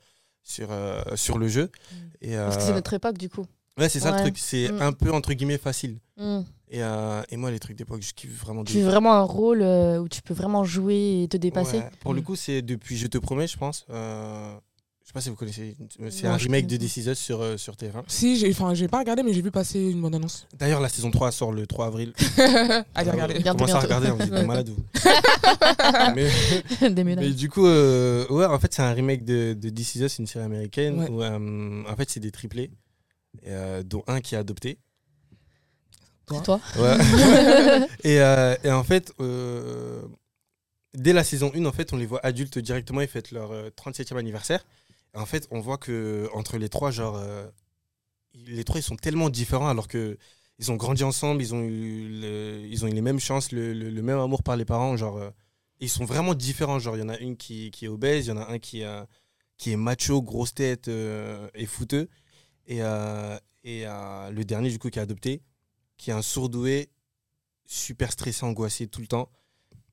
[SPEAKER 3] sur, euh, sur le jeu.
[SPEAKER 1] Mm.
[SPEAKER 3] Et,
[SPEAKER 2] Parce que
[SPEAKER 3] euh,
[SPEAKER 2] c'est notre époque, du coup.
[SPEAKER 3] ouais, c'est ça
[SPEAKER 2] ouais.
[SPEAKER 3] le truc, c'est
[SPEAKER 2] Mm.
[SPEAKER 3] un peu entre guillemets facile.
[SPEAKER 2] Mm.
[SPEAKER 3] Et, euh, et moi, les trucs d'époque, je kiffe vraiment. de
[SPEAKER 2] Tu veux
[SPEAKER 3] ouf.
[SPEAKER 2] vraiment un rôle euh, où tu peux vraiment jouer et te dépasser
[SPEAKER 3] Ouais, Pour le
[SPEAKER 1] Mm.
[SPEAKER 3] coup, c'est depuis Je te promets, je pense. euh, Je sais pas si vous connaissez. une- C'est
[SPEAKER 1] Non,
[SPEAKER 3] un
[SPEAKER 1] je
[SPEAKER 3] remake de
[SPEAKER 1] connais pas.
[SPEAKER 3] This Is Us sur, euh, sur TF1.
[SPEAKER 1] Si, j'ai enfin, j'ai pas regardé, mais j'ai vu passer une bonne annonce.
[SPEAKER 3] D'ailleurs, la saison 3 sort le 3 avril. Euh,
[SPEAKER 1] Allez, Ah, regardez.
[SPEAKER 2] Bientôt,
[SPEAKER 3] Commencez à
[SPEAKER 2] bientôt.
[SPEAKER 3] regarder, hein, vous êtes des
[SPEAKER 1] Ouais.
[SPEAKER 3] malades, vous. mais, mais
[SPEAKER 2] Déménage.
[SPEAKER 3] du coup, euh, ouais, en fait, c'est un remake de, de This Is Us, une série américaine.
[SPEAKER 1] Ouais.
[SPEAKER 3] Où, euh, en fait, c'est des triplés, euh, dont un qui est adopté.
[SPEAKER 2] C'est toi.
[SPEAKER 3] Ouais. et, euh, et en fait, euh, dès la saison 1, en fait, on les voit adultes directement, ils fêtent leur euh, 37e anniversaire. Et en fait, on voit que entre les trois, genre, euh, les trois, ils sont tellement différents alors que ils ont grandi ensemble, ils ont eu, le- ils ont eu les mêmes chances, le, le- le même amour par les parents, genre, euh, ils sont vraiment différents. Genre, il y en a une qui, qui est obèse, il y en a un qui, a- qui est macho, grosse tête euh, et fouteux. Et, euh, et euh, le dernier, du coup, qui est adopté, qui est un sourdoué, super stressé, angoissé tout le temps.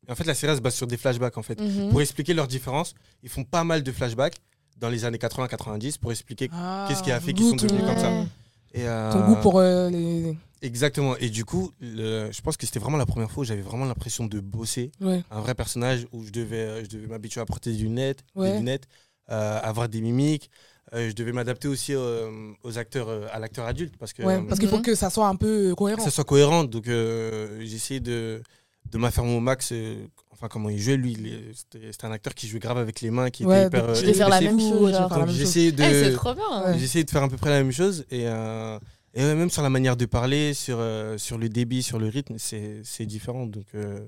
[SPEAKER 3] Et en fait, la série elle se base sur des flashbacks, en fait.
[SPEAKER 2] Mhm.
[SPEAKER 1] Hmm.
[SPEAKER 3] Pour expliquer leurs différences, ils font pas mal de flashbacks dans les années 80-90 pour expliquer. Qu'est-ce qui a fait qu'ils sont
[SPEAKER 1] D'où ton-
[SPEAKER 3] devenus comme ça
[SPEAKER 2] Ah, Ouais.
[SPEAKER 3] Et, euh,
[SPEAKER 1] Ah. Ton goût pour euh, les.
[SPEAKER 3] Exactement. Et du coup, le- je pense que c'était vraiment la première fois où j'avais vraiment l'impression de bosser
[SPEAKER 1] Ouais.
[SPEAKER 3] un vrai personnage où je devais, euh, je devais m'habituer à porter des lunettes,
[SPEAKER 1] Ouais.
[SPEAKER 3] des lunettes euh, avoir des mimiques. Euh, je devais m'adapter aussi euh, aux acteurs, euh, à l'acteur adulte parce que
[SPEAKER 1] Ouais,
[SPEAKER 3] euh,
[SPEAKER 1] parce qu'il faut
[SPEAKER 2] Mhm.
[SPEAKER 1] que ça soit un peu euh, cohérent.
[SPEAKER 3] que ça soit cohérent. Donc, euh, j'ai essayé de, de m'affermer au max. euh, enfin, comment il jouait, lui, il est- c'était c'était un acteur qui jouait grave avec les mains, qui
[SPEAKER 1] Ouais,
[SPEAKER 3] était hyper.
[SPEAKER 1] donc
[SPEAKER 3] euh,
[SPEAKER 2] Je vais faire la
[SPEAKER 3] expressif.
[SPEAKER 2] même
[SPEAKER 1] Ouh,
[SPEAKER 2] chose.
[SPEAKER 1] tu vas
[SPEAKER 2] genre.
[SPEAKER 1] faire la
[SPEAKER 3] Donc,
[SPEAKER 1] même
[SPEAKER 3] j'ai
[SPEAKER 1] chose.
[SPEAKER 3] essayé de.
[SPEAKER 2] Eh, c'est trop bien. hein.
[SPEAKER 1] Ouais.
[SPEAKER 3] J'ai essayé de faire à peu près la même chose et, euh, et ouais, même sur la manière de parler, sur, euh, sur le débit, sur le rythme, c'est c'est différent. Donc, euh,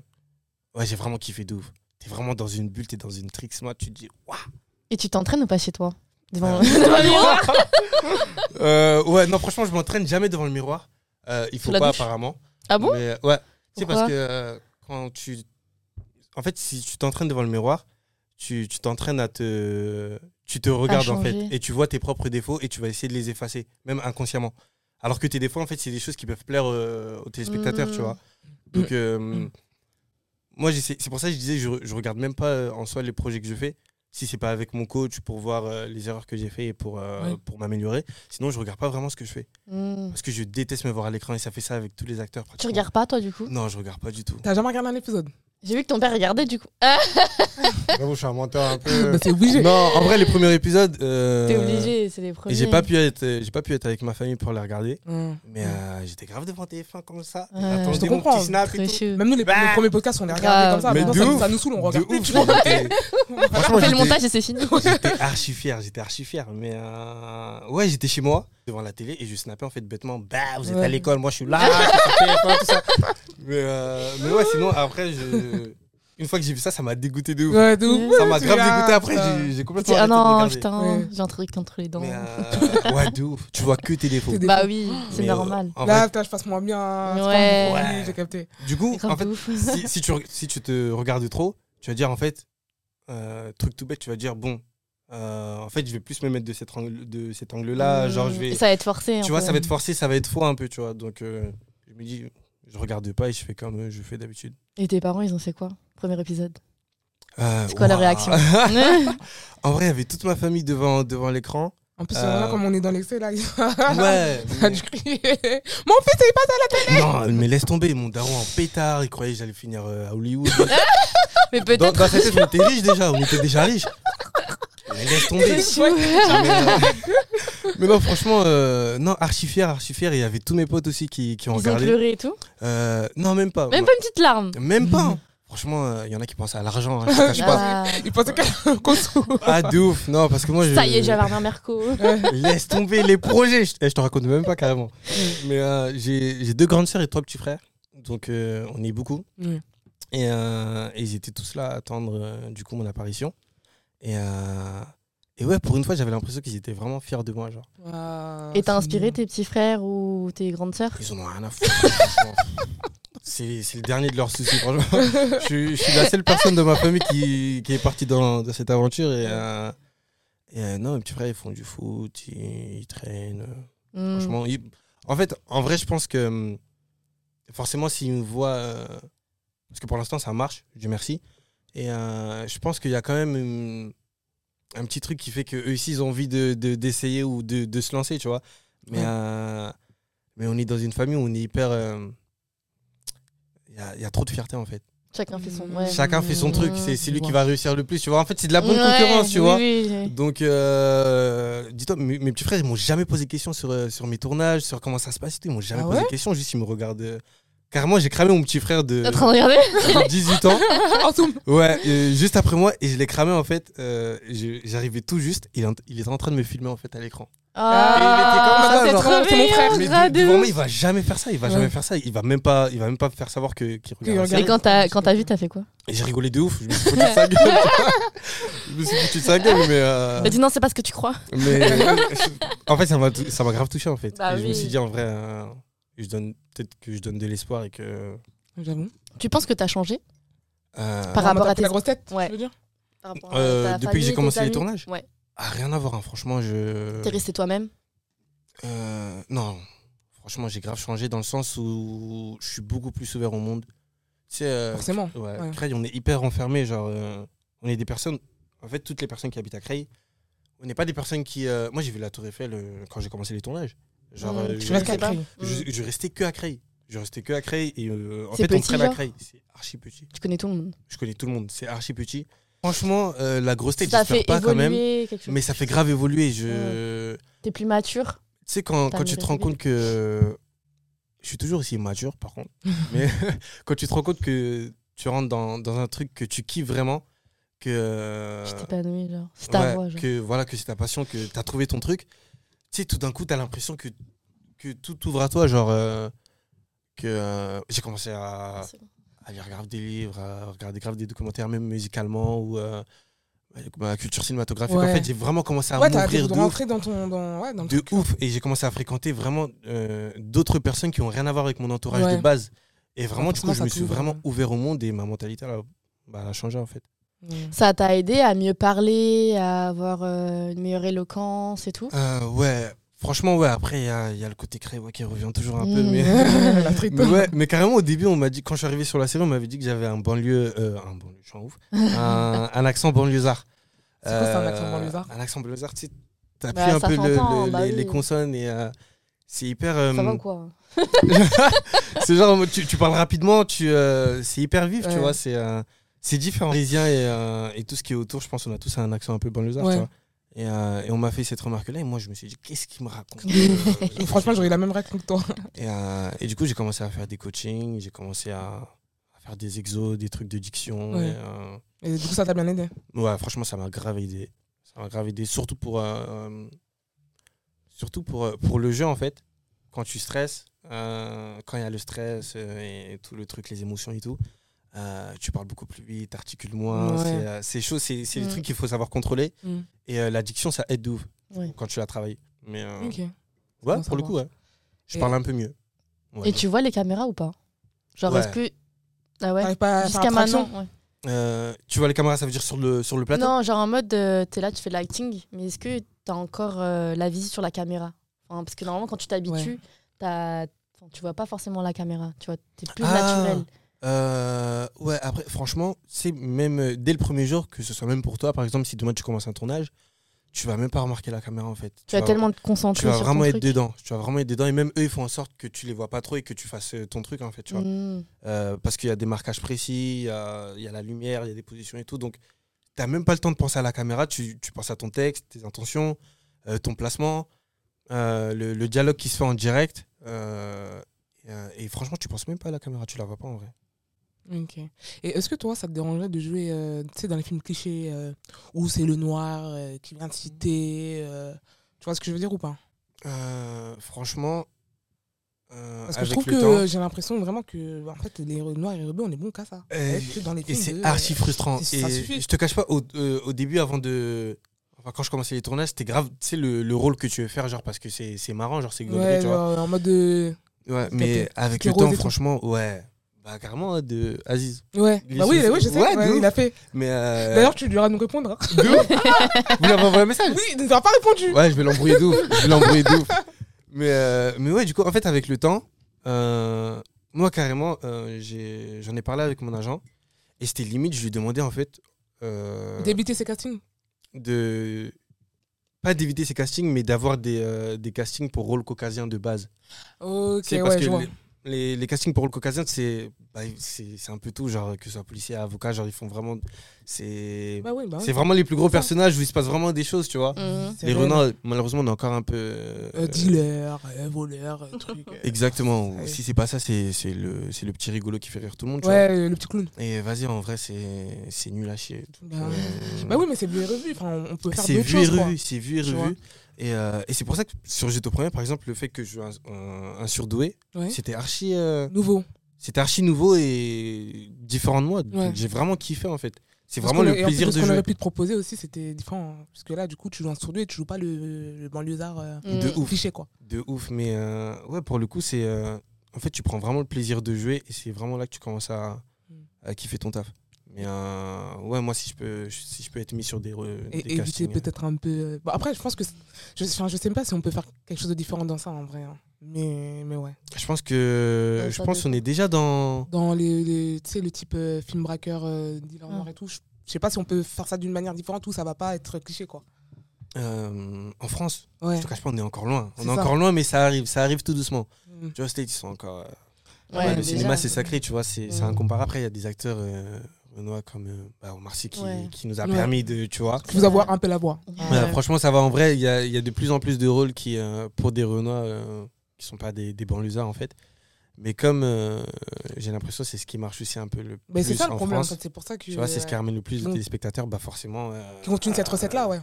[SPEAKER 3] ouais, j'ai vraiment kiffé de ouf. T'es vraiment dans une bulle, t'es dans une trix, moi, tu te dis, waouh!
[SPEAKER 2] Et tu t'entraînes ou pas chez toi Devant-
[SPEAKER 3] Ah ouais.
[SPEAKER 2] devant le miroir
[SPEAKER 3] Euh, ouais, non, franchement, je m'entraîne jamais devant le miroir. Euh, il faut
[SPEAKER 2] la
[SPEAKER 3] pas,
[SPEAKER 2] douche
[SPEAKER 3] apparemment.
[SPEAKER 2] Ah bon
[SPEAKER 3] Mais, Ouais. C'est
[SPEAKER 2] Pourquoi
[SPEAKER 3] parce que euh, quand tu. En fait, si tu t'entraînes devant le miroir, tu tu t'entraînes à te. Tu te regardes en fait
[SPEAKER 2] changer.
[SPEAKER 3] et tu vois tes propres défauts et tu vas essayer de les effacer, même inconsciemment. Alors que tes défauts, en fait, c'est des choses qui peuvent plaire euh, aux téléspectateurs,
[SPEAKER 2] Mm.
[SPEAKER 3] tu vois. Donc, euh,
[SPEAKER 2] Mmh.
[SPEAKER 1] Mm.
[SPEAKER 3] moi, j'essaie- c'est pour ça que je disais, je, re- je regarde même pas euh, en soi les projets que je fais, si c'est pas avec mon coach pour voir euh, les erreurs que j'ai fait et pour, euh,
[SPEAKER 1] Ouais.
[SPEAKER 3] pour m'améliorer. Sinon, je regarde pas vraiment ce que je fais.
[SPEAKER 2] Hmm.
[SPEAKER 3] Parce que je déteste me voir à l'écran et ça fait ça avec tous les acteurs.
[SPEAKER 2] Tu
[SPEAKER 3] pratiquement.
[SPEAKER 2] regardes pas toi du coup
[SPEAKER 3] Non, je regarde pas du tout.
[SPEAKER 1] T'as jamais regardé un épisode
[SPEAKER 2] J'ai vu que ton père regardait du coup. Ah,
[SPEAKER 3] J'avoue, je suis un menteur un peu.
[SPEAKER 1] Bah, C'est obligé.
[SPEAKER 3] non, en vrai, les premiers épisodes. euh,
[SPEAKER 2] Ah, T'es obligé, c'est les premiers.
[SPEAKER 3] Et j'ai pas pu être, euh, j'ai pas pu être avec ma famille pour les regarder.
[SPEAKER 1] Hum.
[SPEAKER 3] Mais euh, j'étais grave devant TF1 comme ça.
[SPEAKER 2] Ouais.
[SPEAKER 3] J'attendais
[SPEAKER 1] Je te
[SPEAKER 3] mon
[SPEAKER 1] comprends,
[SPEAKER 3] petit snap et
[SPEAKER 2] Très
[SPEAKER 3] tout.
[SPEAKER 2] chaud.
[SPEAKER 1] Même nous, les,
[SPEAKER 3] Bah.
[SPEAKER 1] nos premiers podcasts, on les regardait
[SPEAKER 2] Grave.
[SPEAKER 1] comme ça.
[SPEAKER 3] Mais
[SPEAKER 1] Maintenant,
[SPEAKER 3] de
[SPEAKER 1] ça, nous-
[SPEAKER 3] ouf.
[SPEAKER 1] ça nous saoule, on regarde
[SPEAKER 3] De
[SPEAKER 1] plus.
[SPEAKER 3] ouf,
[SPEAKER 1] tu
[SPEAKER 3] je
[SPEAKER 1] vois.
[SPEAKER 3] regardais- Franchement,
[SPEAKER 2] On fait le
[SPEAKER 3] j'étais-
[SPEAKER 2] montage et c'est fini.
[SPEAKER 3] J'étais archi fier, j'étais archi fier. Mais euh, ouais, j'étais chez moi, devant la télé, et je snappais en fait bêtement. Bah, vous êtes
[SPEAKER 1] Ouais.
[SPEAKER 3] à l'école, moi je suis là, c'est sur TF1, tout ça. Mais, euh, mais ouais, sinon après, je... une fois que j'ai vu ça, ça m'a dégoûté de ouf.
[SPEAKER 1] Ouais, de ouf.
[SPEAKER 3] Ça m'a
[SPEAKER 1] Tu
[SPEAKER 3] grave
[SPEAKER 1] regardes
[SPEAKER 3] dégoûté après,
[SPEAKER 1] ça.
[SPEAKER 3] j'ai- j'ai complètement.
[SPEAKER 2] Tu dis, ah
[SPEAKER 3] arrêté de
[SPEAKER 2] non,
[SPEAKER 3] regarder.
[SPEAKER 2] putain,
[SPEAKER 1] Ouais.
[SPEAKER 2] j'ai un truc entre les dents.
[SPEAKER 3] Mais, euh, ouais, de ouf. Tu vois que tes défauts.
[SPEAKER 1] Tes défauts.
[SPEAKER 2] Bah oui, c'est
[SPEAKER 3] Mais, euh,
[SPEAKER 2] normal. Bah,
[SPEAKER 3] en
[SPEAKER 1] Là,
[SPEAKER 3] vrai,
[SPEAKER 1] putain, je passe moins bien. c'est pas
[SPEAKER 2] Ouais.
[SPEAKER 1] mon- oui,
[SPEAKER 3] Ouais.
[SPEAKER 1] J'ai capté.
[SPEAKER 3] du coup,
[SPEAKER 2] C'est grave
[SPEAKER 3] oh, en fait,
[SPEAKER 2] de ouf.
[SPEAKER 3] si, si tu, re- si tu te regardes trop, tu vas dire en fait, euh, truc tout bête, tu vas dire bon, euh, en fait, je vais plus me mettre de cet angle, de cet angle-là, genre je
[SPEAKER 2] Et
[SPEAKER 3] vais,
[SPEAKER 2] Mmh, Ça va être forcé. hein, un
[SPEAKER 3] tu vois,
[SPEAKER 2] peu.
[SPEAKER 3] ça va être forcé, ça va être faux un peu, tu vois. Donc euh, je me dis, je regarde pas et je fais comme euh, je fais d'habitude.
[SPEAKER 2] Et tes parents, ils ont fait quoi Premier épisode.
[SPEAKER 3] Euh,
[SPEAKER 2] C'est quoi leur
[SPEAKER 3] ouah.
[SPEAKER 2] réaction
[SPEAKER 3] En vrai, il y avait toute ma famille devant devant l'écran.
[SPEAKER 1] En plus,
[SPEAKER 3] Euh.
[SPEAKER 1] là, comme on est dans l'excès, là,
[SPEAKER 3] Ouais.
[SPEAKER 1] t'as dû crier. Mon fils, il passe.
[SPEAKER 3] non, mais laisse tomber, mon daron en pétard, il croyait que j'allais finir euh, à Hollywood.
[SPEAKER 2] Mais
[SPEAKER 3] Dans,
[SPEAKER 2] peut-être.
[SPEAKER 3] dans cette tête, on était riche déjà, on était déjà riche. Mais laisse tomber.
[SPEAKER 2] c'est chaud.
[SPEAKER 3] mais, euh, mais non, franchement, euh, non, archi fier, archi fier. Et Il y avait tous mes potes aussi qui, qui
[SPEAKER 2] Ils
[SPEAKER 3] ont
[SPEAKER 2] ont
[SPEAKER 3] regardé.
[SPEAKER 2] pleuré et tout.
[SPEAKER 3] Euh, non, même pas.
[SPEAKER 2] Même pas une petite larme.
[SPEAKER 3] Même pas. hein. Franchement, euh, il y en a qui pensent à l'argent, hein, je te cache pas.
[SPEAKER 2] Ah,
[SPEAKER 1] Il pensait qu'elle qu'on se-
[SPEAKER 3] Ah, de ouf. Non, parce que moi, je. Ah,
[SPEAKER 2] Ça y est, j'avais un Merco.
[SPEAKER 3] Laisse tomber les projets. Je, eh, je te raconte même pas carrément.
[SPEAKER 2] Mm.
[SPEAKER 3] Mais euh, j'ai j'ai deux grandes sœurs et trois petits frères. Donc, euh, on est beaucoup.
[SPEAKER 1] Ouais.
[SPEAKER 3] Et, euh, et ils étaient tous là à attendre euh, du coup mon apparition. Et, euh, et ouais, pour une fois, j'avais l'impression qu'ils étaient vraiment fiers de moi. Genre.
[SPEAKER 1] Ah,
[SPEAKER 2] Et t'as
[SPEAKER 1] c'est
[SPEAKER 2] inspiré
[SPEAKER 1] mignon.
[SPEAKER 2] tes petits frères ou tes grandes sœurs
[SPEAKER 3] Ils en ont rien à foutre. franchement. C'est c'est le dernier de leurs soucis, franchement. Je, suis- je suis la seule personne de ma famille qui, qui est partie dans, dans cette aventure. Et, euh, et, euh, non, mes petits frères, ils font du foot, ils, ils traînent.
[SPEAKER 2] Hmm.
[SPEAKER 3] Franchement, ils- en fait, en vrai, je pense que hum, forcément, s'ils me voient. euh, parce que pour l'instant, ça marche, Dieu merci. Et euh, je pense qu'il y a quand même hum, un petit truc qui fait qu'eux aussi, ils ont envie d'essayer de, d'essayer ou de, de se lancer, tu vois. Mais,
[SPEAKER 1] Ouais.
[SPEAKER 3] euh, mais on est dans une famille où on est hyper. euh, Il y, a, il y a trop de fierté, en fait.
[SPEAKER 2] Chacun fait son. ouais.
[SPEAKER 3] Chacun fait son truc, c'est c'est lui qui va réussir le plus, tu vois. En fait, c'est de la bonne
[SPEAKER 2] Hmm. Ouais,
[SPEAKER 3] concurrence, tu
[SPEAKER 2] oui,
[SPEAKER 3] vois.
[SPEAKER 2] oui, j'ai-
[SPEAKER 3] Donc, euh, dis-toi, mes, mes petits frères, ils m'ont jamais posé de questions sur, euh, sur mes tournages, sur comment ça se passe et tout. Ils m'ont jamais
[SPEAKER 1] Ah
[SPEAKER 3] posé
[SPEAKER 1] ouais
[SPEAKER 3] de questions, juste ils me regardent. euh, Carrément, j'ai cramé mon petit frère de
[SPEAKER 2] T'es en train de regarder
[SPEAKER 3] 18 ans.
[SPEAKER 1] En tout,
[SPEAKER 3] Ouais, euh, juste après moi, et je l'ai cramé en fait. euh, je- J'arrivais tout juste, il, est en- il était en train de me filmer en fait à l'écran.
[SPEAKER 1] Ah,
[SPEAKER 3] il était comme ça,
[SPEAKER 2] c'est
[SPEAKER 3] genre.
[SPEAKER 2] trop
[SPEAKER 1] C'est mon
[SPEAKER 2] mignon,
[SPEAKER 1] frère,
[SPEAKER 3] Mais de-
[SPEAKER 2] ça, de
[SPEAKER 3] devant
[SPEAKER 2] ouf.
[SPEAKER 3] moi, il va jamais faire ça, il va
[SPEAKER 1] Ouais.
[SPEAKER 3] jamais faire ça, il va même pas, il va même pas faire savoir que qu'il regarde.
[SPEAKER 1] Qu'il
[SPEAKER 3] la
[SPEAKER 1] regarde.
[SPEAKER 3] série.
[SPEAKER 2] Et quand t'as quand t'as vu, t'as fait quoi
[SPEAKER 3] Et j'ai rigolé de ouf, je me suis foutu de sa gueule. tu vois. je me suis foutu de sa gueule, mais. euh,
[SPEAKER 2] T'as dit non, c'est pas ce que tu crois.
[SPEAKER 3] mais en fait, ça m'a tou- ça m'a grave touché en fait.
[SPEAKER 2] Bah
[SPEAKER 3] Et Je me
[SPEAKER 2] oui.
[SPEAKER 3] suis dit en vrai, euh, je donne peut-être que je donne de l'espoir et que.
[SPEAKER 1] j'avoue.
[SPEAKER 2] Tu penses que t'as changé
[SPEAKER 3] euh,
[SPEAKER 2] Par rapport à
[SPEAKER 1] T'as
[SPEAKER 2] tes-
[SPEAKER 1] la grosse tête,
[SPEAKER 2] Ouais.
[SPEAKER 1] je veux dire.
[SPEAKER 2] par rapport à
[SPEAKER 3] euh,
[SPEAKER 2] ta
[SPEAKER 3] depuis
[SPEAKER 2] famille,
[SPEAKER 3] que j'ai
[SPEAKER 2] tes
[SPEAKER 3] commencé les
[SPEAKER 2] amis
[SPEAKER 3] tournages,
[SPEAKER 2] Ouais.
[SPEAKER 3] ah, rien à voir. hein, Franchement, je.
[SPEAKER 2] T'es resté toi-même
[SPEAKER 3] Euh, non, franchement, j'ai grave changé dans le sens où je suis beaucoup plus ouvert au monde. Tu sais, euh,
[SPEAKER 1] Forcément.
[SPEAKER 3] ouais,
[SPEAKER 1] Ouais.
[SPEAKER 3] Creil, on est hyper enfermé. Genre, euh, on est des personnes. En fait, toutes les personnes qui habitent à Creil, on n'est pas des personnes qui. euh, Moi, j'ai vu la Tour Eiffel euh, quand j'ai commencé les tournages. Genre,
[SPEAKER 2] Mmh.
[SPEAKER 3] euh,
[SPEAKER 2] Tu
[SPEAKER 1] Je
[SPEAKER 3] j'ai-
[SPEAKER 1] reste
[SPEAKER 2] sais pas. Hmm.
[SPEAKER 1] calme.
[SPEAKER 3] Je, je restais que à Creil. Je restais que à Creil. Et euh, en
[SPEAKER 2] Mm. C'est
[SPEAKER 3] fait, on
[SPEAKER 2] petit,
[SPEAKER 3] traîne à
[SPEAKER 2] genre
[SPEAKER 3] Creil. C'est archi petit.
[SPEAKER 2] Tu connais tout le monde.
[SPEAKER 3] Je connais tout le monde. C'est archi petit. Franchement, euh, la grosse tête,
[SPEAKER 2] Ça fait
[SPEAKER 3] j'espère pas quand même.
[SPEAKER 2] évoluer quelque chose.
[SPEAKER 3] Mais ça fait grave évoluer. Je...
[SPEAKER 2] T'es plus mature.
[SPEAKER 3] Tu sais, quand,
[SPEAKER 2] T'as
[SPEAKER 3] quand tu te rends
[SPEAKER 2] mûri.
[SPEAKER 3] compte que. Je suis toujours aussi immature, par contre. mais quand tu te rends compte que tu rentres dans, dans un truc que tu kiffes vraiment, que.
[SPEAKER 2] Tu t'épanouis, genre. C'est ta
[SPEAKER 3] Euh, Ouais,
[SPEAKER 2] voix, genre.
[SPEAKER 3] que voilà que c'est ta passion que t'as trouvé ton truc tu sais tout d'un coup t'as l'impression que que tout t'ouvre à toi genre euh, que euh, j'ai commencé à,
[SPEAKER 2] C'est bon.
[SPEAKER 3] à lire grave des livres à regarder grave des documentaires même musicalement ou euh, ma culture cinématographique
[SPEAKER 1] Ouais.
[SPEAKER 3] en fait j'ai vraiment commencé à
[SPEAKER 1] Ouais, t'as
[SPEAKER 3] m'ouvrir
[SPEAKER 1] t'es
[SPEAKER 3] de ouf
[SPEAKER 1] rentré dans ton. Dans, ouais, dans le hein.
[SPEAKER 3] de ouf et j'ai commencé à fréquenter vraiment euh, d'autres personnes qui ont rien à voir avec mon entourage
[SPEAKER 1] Ouais.
[SPEAKER 3] de base et vraiment
[SPEAKER 1] Ouais,
[SPEAKER 3] du
[SPEAKER 1] forcément,
[SPEAKER 3] coup je
[SPEAKER 1] ça
[SPEAKER 3] me suis
[SPEAKER 1] t'ouvre. hein.
[SPEAKER 3] vraiment ouvert au monde et ma mentalité elle a, bah, elle a changé en fait
[SPEAKER 1] Ouais.
[SPEAKER 2] Ça t'a aidé à mieux parler, à avoir euh, une meilleure éloquence et tout
[SPEAKER 3] Euh, ouais franchement ouais après il y, a- il y a le côté créé ouais, qui revient toujours un peu
[SPEAKER 2] Mmh.
[SPEAKER 3] mais
[SPEAKER 1] La
[SPEAKER 3] mais,
[SPEAKER 1] trito.
[SPEAKER 3] ouais, mais carrément au début on m'a dit quand je suis arrivé sur la série on m'avait dit que j'avais un banlieue euh, un banlieue je suis en ouf un, un accent banlieusard
[SPEAKER 1] C'est
[SPEAKER 3] Euh,
[SPEAKER 1] quoi, c'est un accent banlieusard
[SPEAKER 3] un accent banlieusard tu sais, t'as
[SPEAKER 2] Bah,
[SPEAKER 3] pris un
[SPEAKER 2] ça
[SPEAKER 3] peu le-
[SPEAKER 2] s'entend,
[SPEAKER 3] le-
[SPEAKER 2] bah
[SPEAKER 3] les, les
[SPEAKER 2] oui.
[SPEAKER 3] consonnes et euh, c'est hyper euh,
[SPEAKER 2] Ça va ou quoi
[SPEAKER 3] c'est genre en mode, tu, tu parles rapidement tu euh, c'est hyper vif
[SPEAKER 1] Ouais.
[SPEAKER 3] tu vois c'est euh, c'est différent parisien et, euh, et tout ce qui est autour je pense on a tous un accent un peu banlieusard
[SPEAKER 1] Ouais.
[SPEAKER 3] tu vois et, euh, et on m'a fait cette remarque là et moi je me suis dit qu'est-ce qu'il me raconte
[SPEAKER 1] Et Franchement, j'aurais eu la même réaction que toi.
[SPEAKER 3] Et, euh, et du coup, j'ai commencé à faire des coachings, j'ai commencé à, à faire des exos, des trucs de diction.
[SPEAKER 1] Ouais.
[SPEAKER 3] et, euh,
[SPEAKER 1] Et du coup, ça t'a bien aidé.
[SPEAKER 3] ouais, franchement, ça m'a grave aidé. Ça m'a grave aidé, surtout pour, euh, surtout pour, euh, pour le jeu, en fait. Quand tu stresses, euh, quand il y a le stress euh, et, tout le truc, les émotions et tout, euh, tu parles beaucoup plus vite, t'articules moins.
[SPEAKER 1] Ouais.
[SPEAKER 3] C'est, euh, C'est chaud, c'est c'est des
[SPEAKER 2] Mm.
[SPEAKER 3] trucs qu'il faut savoir contrôler.
[SPEAKER 1] Mm.
[SPEAKER 3] Et euh, l'addiction, ça aide de ouf
[SPEAKER 2] Ouais.
[SPEAKER 3] quand tu la travailles. Mais euh,
[SPEAKER 1] Ok.
[SPEAKER 3] ouais,
[SPEAKER 1] bon
[SPEAKER 3] pour le
[SPEAKER 1] savoir.
[SPEAKER 3] coup, ouais. je
[SPEAKER 1] Et-
[SPEAKER 3] parle un peu mieux. Ouais.
[SPEAKER 2] Et tu vois les caméras ou pas Genre,
[SPEAKER 3] Ouais.
[SPEAKER 2] est-ce que. Ah ouais
[SPEAKER 1] T'arrives pas à faire
[SPEAKER 2] Jusqu'à
[SPEAKER 1] abstraction
[SPEAKER 2] maintenant ouais.
[SPEAKER 3] Euh, tu vois les caméras, ça veut dire sur le, sur le plateau
[SPEAKER 2] Non, genre en mode, euh, t'es là, tu fais de l'acting, mais est-ce que t'as encore euh, la visie sur la caméra Enfin, Parce que normalement, quand tu t'habitues, t'as- enfin, tu vois pas forcément la caméra, tu vois, t'es plus
[SPEAKER 3] Ah.
[SPEAKER 2] naturel.
[SPEAKER 3] Euh, ouais, après, franchement, c'est même euh, dès le premier jour, que ce soit même pour toi, par exemple, si demain tu commences un tournage, tu vas même pas remarquer la caméra en fait.
[SPEAKER 2] Tu vas tellement te concentrer
[SPEAKER 3] Tu vas
[SPEAKER 2] sur
[SPEAKER 3] vraiment
[SPEAKER 2] ton
[SPEAKER 3] être
[SPEAKER 2] truc.
[SPEAKER 3] dedans. Tu vas vraiment être dedans. Et même eux, ils font en sorte que tu les vois pas trop et que tu fasses euh, ton truc en fait. Tu vois.
[SPEAKER 2] Mm.
[SPEAKER 3] Euh, parce qu'il y a des marquages précis, il y a, il y a la lumière, il y a des positions et tout. Donc, t'as même pas le temps de penser à la caméra. Tu, tu penses à ton texte, tes intentions, euh, ton placement, euh, le, le dialogue qui se fait en direct. euh, et, euh, et franchement, tu penses même pas à la caméra, tu la vois pas en vrai.
[SPEAKER 1] Ok. Et est-ce que toi, ça te dérangerait de jouer euh, tu sais, dans les films clichés euh, où c'est le noir euh, qui vient te citer euh, Tu vois ce que je veux dire ou pas
[SPEAKER 3] Euh, franchement, euh,
[SPEAKER 1] Parce que
[SPEAKER 3] avec
[SPEAKER 1] je trouve
[SPEAKER 3] le
[SPEAKER 1] que
[SPEAKER 3] temps,
[SPEAKER 1] euh, j'ai l'impression vraiment que en fait, les re- noirs et les rebelles, on est bons qu'à ça.
[SPEAKER 3] Euh,
[SPEAKER 1] Ouais, que dans les
[SPEAKER 3] et
[SPEAKER 1] films de,
[SPEAKER 3] c'est
[SPEAKER 1] euh,
[SPEAKER 3] archi frustrant.
[SPEAKER 1] c'est-
[SPEAKER 3] Et
[SPEAKER 1] ça suffit.
[SPEAKER 3] je te cache pas, au, euh, au début, avant de. Enfin, quand je commençais les tournages, c'était grave, tu sais, le, le rôle que tu veux faire, genre, parce que c'est c'est marrant, genre, c'est
[SPEAKER 1] ouais,
[SPEAKER 3] gaulerie, tu vois.
[SPEAKER 1] genre, en mode euh, de...
[SPEAKER 3] Ouais,
[SPEAKER 1] Tout à
[SPEAKER 3] mais
[SPEAKER 1] fait.
[SPEAKER 3] avec
[SPEAKER 1] Qui est
[SPEAKER 3] le
[SPEAKER 1] rose
[SPEAKER 3] temps,
[SPEAKER 1] et tout.
[SPEAKER 3] franchement, ouais. Bah, carrément, hein, de Aziz.
[SPEAKER 1] Ouais,
[SPEAKER 3] Il est
[SPEAKER 1] bah oui,
[SPEAKER 3] sous-
[SPEAKER 1] oui, je sais,
[SPEAKER 3] Ouais, de
[SPEAKER 1] ouais,
[SPEAKER 3] ouf.
[SPEAKER 1] il a fait.
[SPEAKER 3] Mais. euh,
[SPEAKER 1] D'ailleurs, tu devras nous répondre. hein.
[SPEAKER 3] de ouf. Vous l'avez envoyé un message
[SPEAKER 1] Oui, il nous a pas répondu.
[SPEAKER 3] Ouais, je vais l'embrouiller de ouf. Je vais l'embrouiller de ouf. Mais, euh, mais ouais, du coup, en fait, avec le temps, euh, moi, carrément, euh, j'ai- j'en ai, parlé avec mon agent. Et c'était limite, je lui demandais, en fait. euh,
[SPEAKER 1] Débiter ses castings.
[SPEAKER 3] de. Pas d'éviter ses castings, mais d'avoir des, euh, des castings pour rôle caucasien de base.
[SPEAKER 1] Ok,
[SPEAKER 3] C'est parce
[SPEAKER 1] ouais,
[SPEAKER 3] que
[SPEAKER 1] je vois.
[SPEAKER 3] les- les, les castings pour le Caucasien, c'est bah, c'est c'est un peu tout, genre que ce soit policier, avocat, genre ils font vraiment. C'est
[SPEAKER 1] Bah oui, bah oui.
[SPEAKER 3] c'est vraiment les plus gros personnages où il se passe vraiment des choses, tu vois.
[SPEAKER 2] Mhm.
[SPEAKER 1] C'est
[SPEAKER 3] Les
[SPEAKER 1] vrai.
[SPEAKER 3] renards, malheureusement, on est encore un peu. euh,
[SPEAKER 1] Euh, dealer, euh, voleur, euh, truc. euh.
[SPEAKER 3] Exactement.
[SPEAKER 1] Ouais.
[SPEAKER 3] Si c'est pas ça, c'est c'est le, c'est le petit rigolo qui fait rire tout le monde, tu
[SPEAKER 1] Ouais, euh, le petit clown.
[SPEAKER 3] vois. Et vas-y, en vrai, c'est c'est nul à chier.
[SPEAKER 1] Bah,
[SPEAKER 3] Euh,
[SPEAKER 1] bah oui, mais c'est vu et revu. Enfin, on on peut faire
[SPEAKER 3] C'est
[SPEAKER 1] d'autres
[SPEAKER 3] vu et
[SPEAKER 1] choses. quoi.
[SPEAKER 3] revu, c'est vu et
[SPEAKER 1] Tu vois.
[SPEAKER 3] revu. Et, euh, et c'est pour ça que sur Jeto Premier, par exemple, le fait que je joue un, un- un surdoué,
[SPEAKER 1] Ouais.
[SPEAKER 3] c'était archi, euh,
[SPEAKER 1] Nouveau.
[SPEAKER 3] c'était archi nouveau et différent de moi. Donc,
[SPEAKER 1] Ouais.
[SPEAKER 3] J'ai vraiment kiffé en fait. C'est
[SPEAKER 1] Parce
[SPEAKER 3] vraiment
[SPEAKER 1] qu'on
[SPEAKER 3] le
[SPEAKER 1] a- et en plus,
[SPEAKER 3] plaisir
[SPEAKER 1] ce
[SPEAKER 3] de
[SPEAKER 1] qu'on
[SPEAKER 3] jouer.
[SPEAKER 1] aurait pu te proposer aussi, c'était différent. hein, Parce que là, du coup, tu joues en sourdo et tu joues pas le, le banlieusard euh,
[SPEAKER 3] De
[SPEAKER 2] Mhm.
[SPEAKER 3] ouf,
[SPEAKER 1] cliché, quoi.
[SPEAKER 3] de ouf. Mais euh, ouais, pour le coup, c'est euh, en fait, tu prends vraiment le plaisir de jouer et c'est vraiment là que tu commences à,
[SPEAKER 2] Mm.
[SPEAKER 3] à kiffer ton taf. Mais euh, ouais, moi, si je peux, si je peux être mis sur des, re-
[SPEAKER 1] Et
[SPEAKER 3] des
[SPEAKER 1] éviter
[SPEAKER 3] castings, euh,
[SPEAKER 1] peut-être un peu. euh, Bon, après, je pense que. c'est- Je, enfin, je sais même pas si on peut faire quelque chose de différent dans ça, en vrai. hein. Mais, mais ouais.
[SPEAKER 3] euh, je pense que
[SPEAKER 2] Ouais,
[SPEAKER 3] je
[SPEAKER 2] ça
[SPEAKER 3] pense qu'on est déjà dans
[SPEAKER 1] Dans les, les- tu sais, le type euh, film braqueur, euh, dealer
[SPEAKER 2] Ah.
[SPEAKER 1] noir et tout, je je sais pas si on peut faire ça d'une manière différente ou ça va pas être cliché, quoi.
[SPEAKER 3] euh, en France.
[SPEAKER 1] Ouais.
[SPEAKER 3] Je te cache pas, on est encore loin. On
[SPEAKER 1] C'est
[SPEAKER 3] est
[SPEAKER 1] ça.
[SPEAKER 3] encore loin, mais ça arrive, ça arrive tout doucement.
[SPEAKER 1] Mm.
[SPEAKER 3] Tu vois, aux States, ils sont encore. euh,
[SPEAKER 2] Ouais,
[SPEAKER 3] bah, le
[SPEAKER 2] déjà.
[SPEAKER 3] cinéma, c'est sacré, tu vois, c'est c'est
[SPEAKER 2] Ouais.
[SPEAKER 3] incomparable. Après, il y a des acteurs euh, renois comme euh, bah, Omar Sy qui,
[SPEAKER 2] Ouais.
[SPEAKER 3] qui nous a
[SPEAKER 1] Ouais.
[SPEAKER 3] permis de, tu vois.
[SPEAKER 1] Vous avoir un peu la voix.
[SPEAKER 2] Ouais.
[SPEAKER 3] Ouais, Euh, franchement, ça va en vrai. Il y a, il y a de plus en plus de rôles qui, euh, pour des Renois euh, qui sont pas des, des banlieusards en fait. Mais comme euh, j'ai l'impression, c'est ce qui marche aussi un peu le
[SPEAKER 1] Mais
[SPEAKER 3] plus
[SPEAKER 1] c'est ça le
[SPEAKER 3] en
[SPEAKER 1] problème, en
[SPEAKER 3] France.
[SPEAKER 1] fait, c'est pour ça que.
[SPEAKER 3] Tu vois, c'est ce qui
[SPEAKER 1] ouais,
[SPEAKER 3] ramène le plus de
[SPEAKER 1] Donc-
[SPEAKER 3] téléspectateurs. Bah forcément, euh,
[SPEAKER 1] qui continue cette
[SPEAKER 3] euh,
[SPEAKER 1] recette-là, ouais.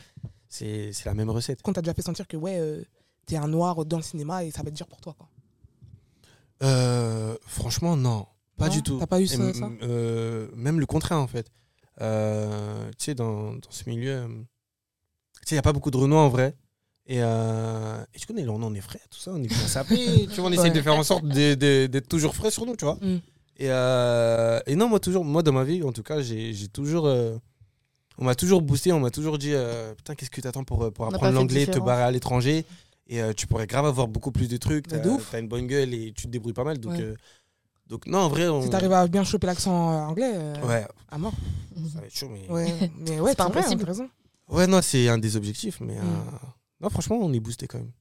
[SPEAKER 3] C'est c'est la même recette.
[SPEAKER 1] Qu'on t'a déjà fait sentir que, ouais, euh, t'es un noir dans le cinéma et ça va être dur pour toi, quoi.
[SPEAKER 3] Euh, franchement, non, pas
[SPEAKER 1] Non
[SPEAKER 3] du tout.
[SPEAKER 1] T'as pas eu ça,
[SPEAKER 3] Et m-
[SPEAKER 1] ça
[SPEAKER 3] m- euh, même le contraire, en fait. Euh, tu sais, dans, dans ce milieu, euh, tu sais, il n'y a pas beaucoup de Renois en vrai. Et, euh, et tu connais, là, on est frais, tout ça, on est bien sapés. tu vois, on essaye
[SPEAKER 1] Ouais.
[SPEAKER 3] de faire en sorte de- de- d'être toujours frais sur nous, tu vois.
[SPEAKER 1] Mm.
[SPEAKER 3] Et, euh, et non, moi, toujours, moi, dans ma vie, en tout cas, j'ai j'ai toujours. euh, on m'a toujours boosté, on m'a toujours dit euh, Putain, qu'est-ce que t'attends pour, euh, pour
[SPEAKER 2] On n'a
[SPEAKER 3] apprendre
[SPEAKER 2] pas fait de
[SPEAKER 3] l'anglais, te
[SPEAKER 2] différence.
[SPEAKER 3] barrer à l'étranger Et euh, tu pourrais grave avoir beaucoup plus de trucs.
[SPEAKER 1] Mais
[SPEAKER 3] T'as
[SPEAKER 1] de ouf.
[SPEAKER 3] t'as une bonne gueule et tu te débrouilles pas mal. Donc,
[SPEAKER 1] Ouais.
[SPEAKER 3] euh, donc non, en vrai. On...
[SPEAKER 1] Si t'arrives à bien choper l'accent euh, anglais, euh,
[SPEAKER 3] Ouais,
[SPEAKER 1] à mort.
[SPEAKER 3] ça va être chaud, mais. Ouais,
[SPEAKER 1] Ouais, mais ouais,
[SPEAKER 2] C'est pas
[SPEAKER 1] c'est vrai, hein,
[SPEAKER 2] impossible.
[SPEAKER 1] t'as raison.
[SPEAKER 3] non, c'est un des objectifs, mais. euh,
[SPEAKER 1] Mm.
[SPEAKER 3] Non, franchement, on est boosté quand même.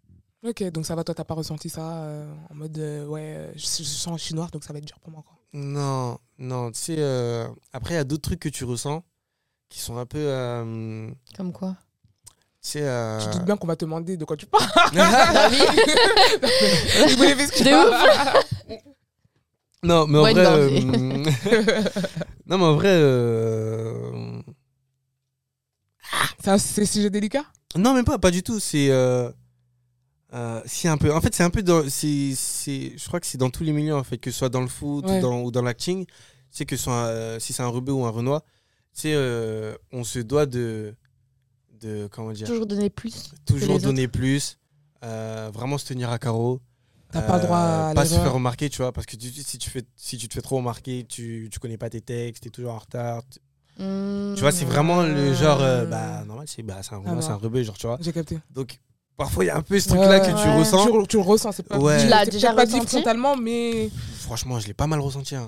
[SPEAKER 1] Ok, donc ça va, toi, t'as pas ressenti ça euh, en mode, euh, ouais, euh, je, je sens je suis noir, donc ça va être dur pour moi, quoi.
[SPEAKER 3] Non, non, tu sais. euh, Après, il y a d'autres trucs que tu ressens qui sont un peu. euh, Tu
[SPEAKER 2] Comme quoi
[SPEAKER 3] sais. euh,
[SPEAKER 1] Tu te doutes bien qu'on va te demander de quoi tu parles.
[SPEAKER 3] Bah
[SPEAKER 2] Je voulais faire ce que
[SPEAKER 3] non, mais en
[SPEAKER 2] Bonne
[SPEAKER 3] vrai.
[SPEAKER 2] gorgée.
[SPEAKER 3] euh, non, mais en vrai. euh,
[SPEAKER 1] C'est un c'est sujet délicat
[SPEAKER 3] Non, même pas, pas du tout. C'est. euh, euh, c'est un peu. En fait, c'est un peu dans. c'est- c'est- Je crois que c'est dans tous les milieux, en fait, que ce soit dans le foot
[SPEAKER 1] Ouais.
[SPEAKER 3] ou dans, ou dans l'acting. C'est que ce soit, euh, si c'est un Rebeu ou un Renoir, tu sais, euh, on se doit de. de comment dire
[SPEAKER 2] Toujours donner plus.
[SPEAKER 3] Toujours
[SPEAKER 2] autres.
[SPEAKER 3] donner plus. euh, vraiment se tenir à carreau.
[SPEAKER 1] T'as pas le droit
[SPEAKER 3] Euh,
[SPEAKER 1] à
[SPEAKER 3] Pas se
[SPEAKER 1] l'erreur.
[SPEAKER 3] faire remarquer, tu vois. Parce que tu- si, tu fais, si tu te fais trop remarquer, tu, tu connais pas tes textes, t'es toujours en retard. Tu,
[SPEAKER 2] Mmh.
[SPEAKER 3] tu vois,
[SPEAKER 1] Mmh.
[SPEAKER 3] c'est vraiment le genre. euh, bah, normal, c'est bah, c'est un Renoir,
[SPEAKER 1] bah.
[SPEAKER 3] c'est un Rebeu, genre, tu vois.
[SPEAKER 1] J'ai capté.
[SPEAKER 3] Donc parfois il y a un peu ce truc là
[SPEAKER 1] Ouais,
[SPEAKER 3] que tu
[SPEAKER 2] ouais.
[SPEAKER 3] ressens.
[SPEAKER 1] Tu, tu le ressens, c'est pas,
[SPEAKER 3] Ouais.
[SPEAKER 2] Tu l'as
[SPEAKER 1] c'est
[SPEAKER 2] déjà
[SPEAKER 1] peut-être pas dit
[SPEAKER 2] ressenti
[SPEAKER 1] frontalement, mais
[SPEAKER 3] Franchement, je l'ai pas mal ressenti. hein.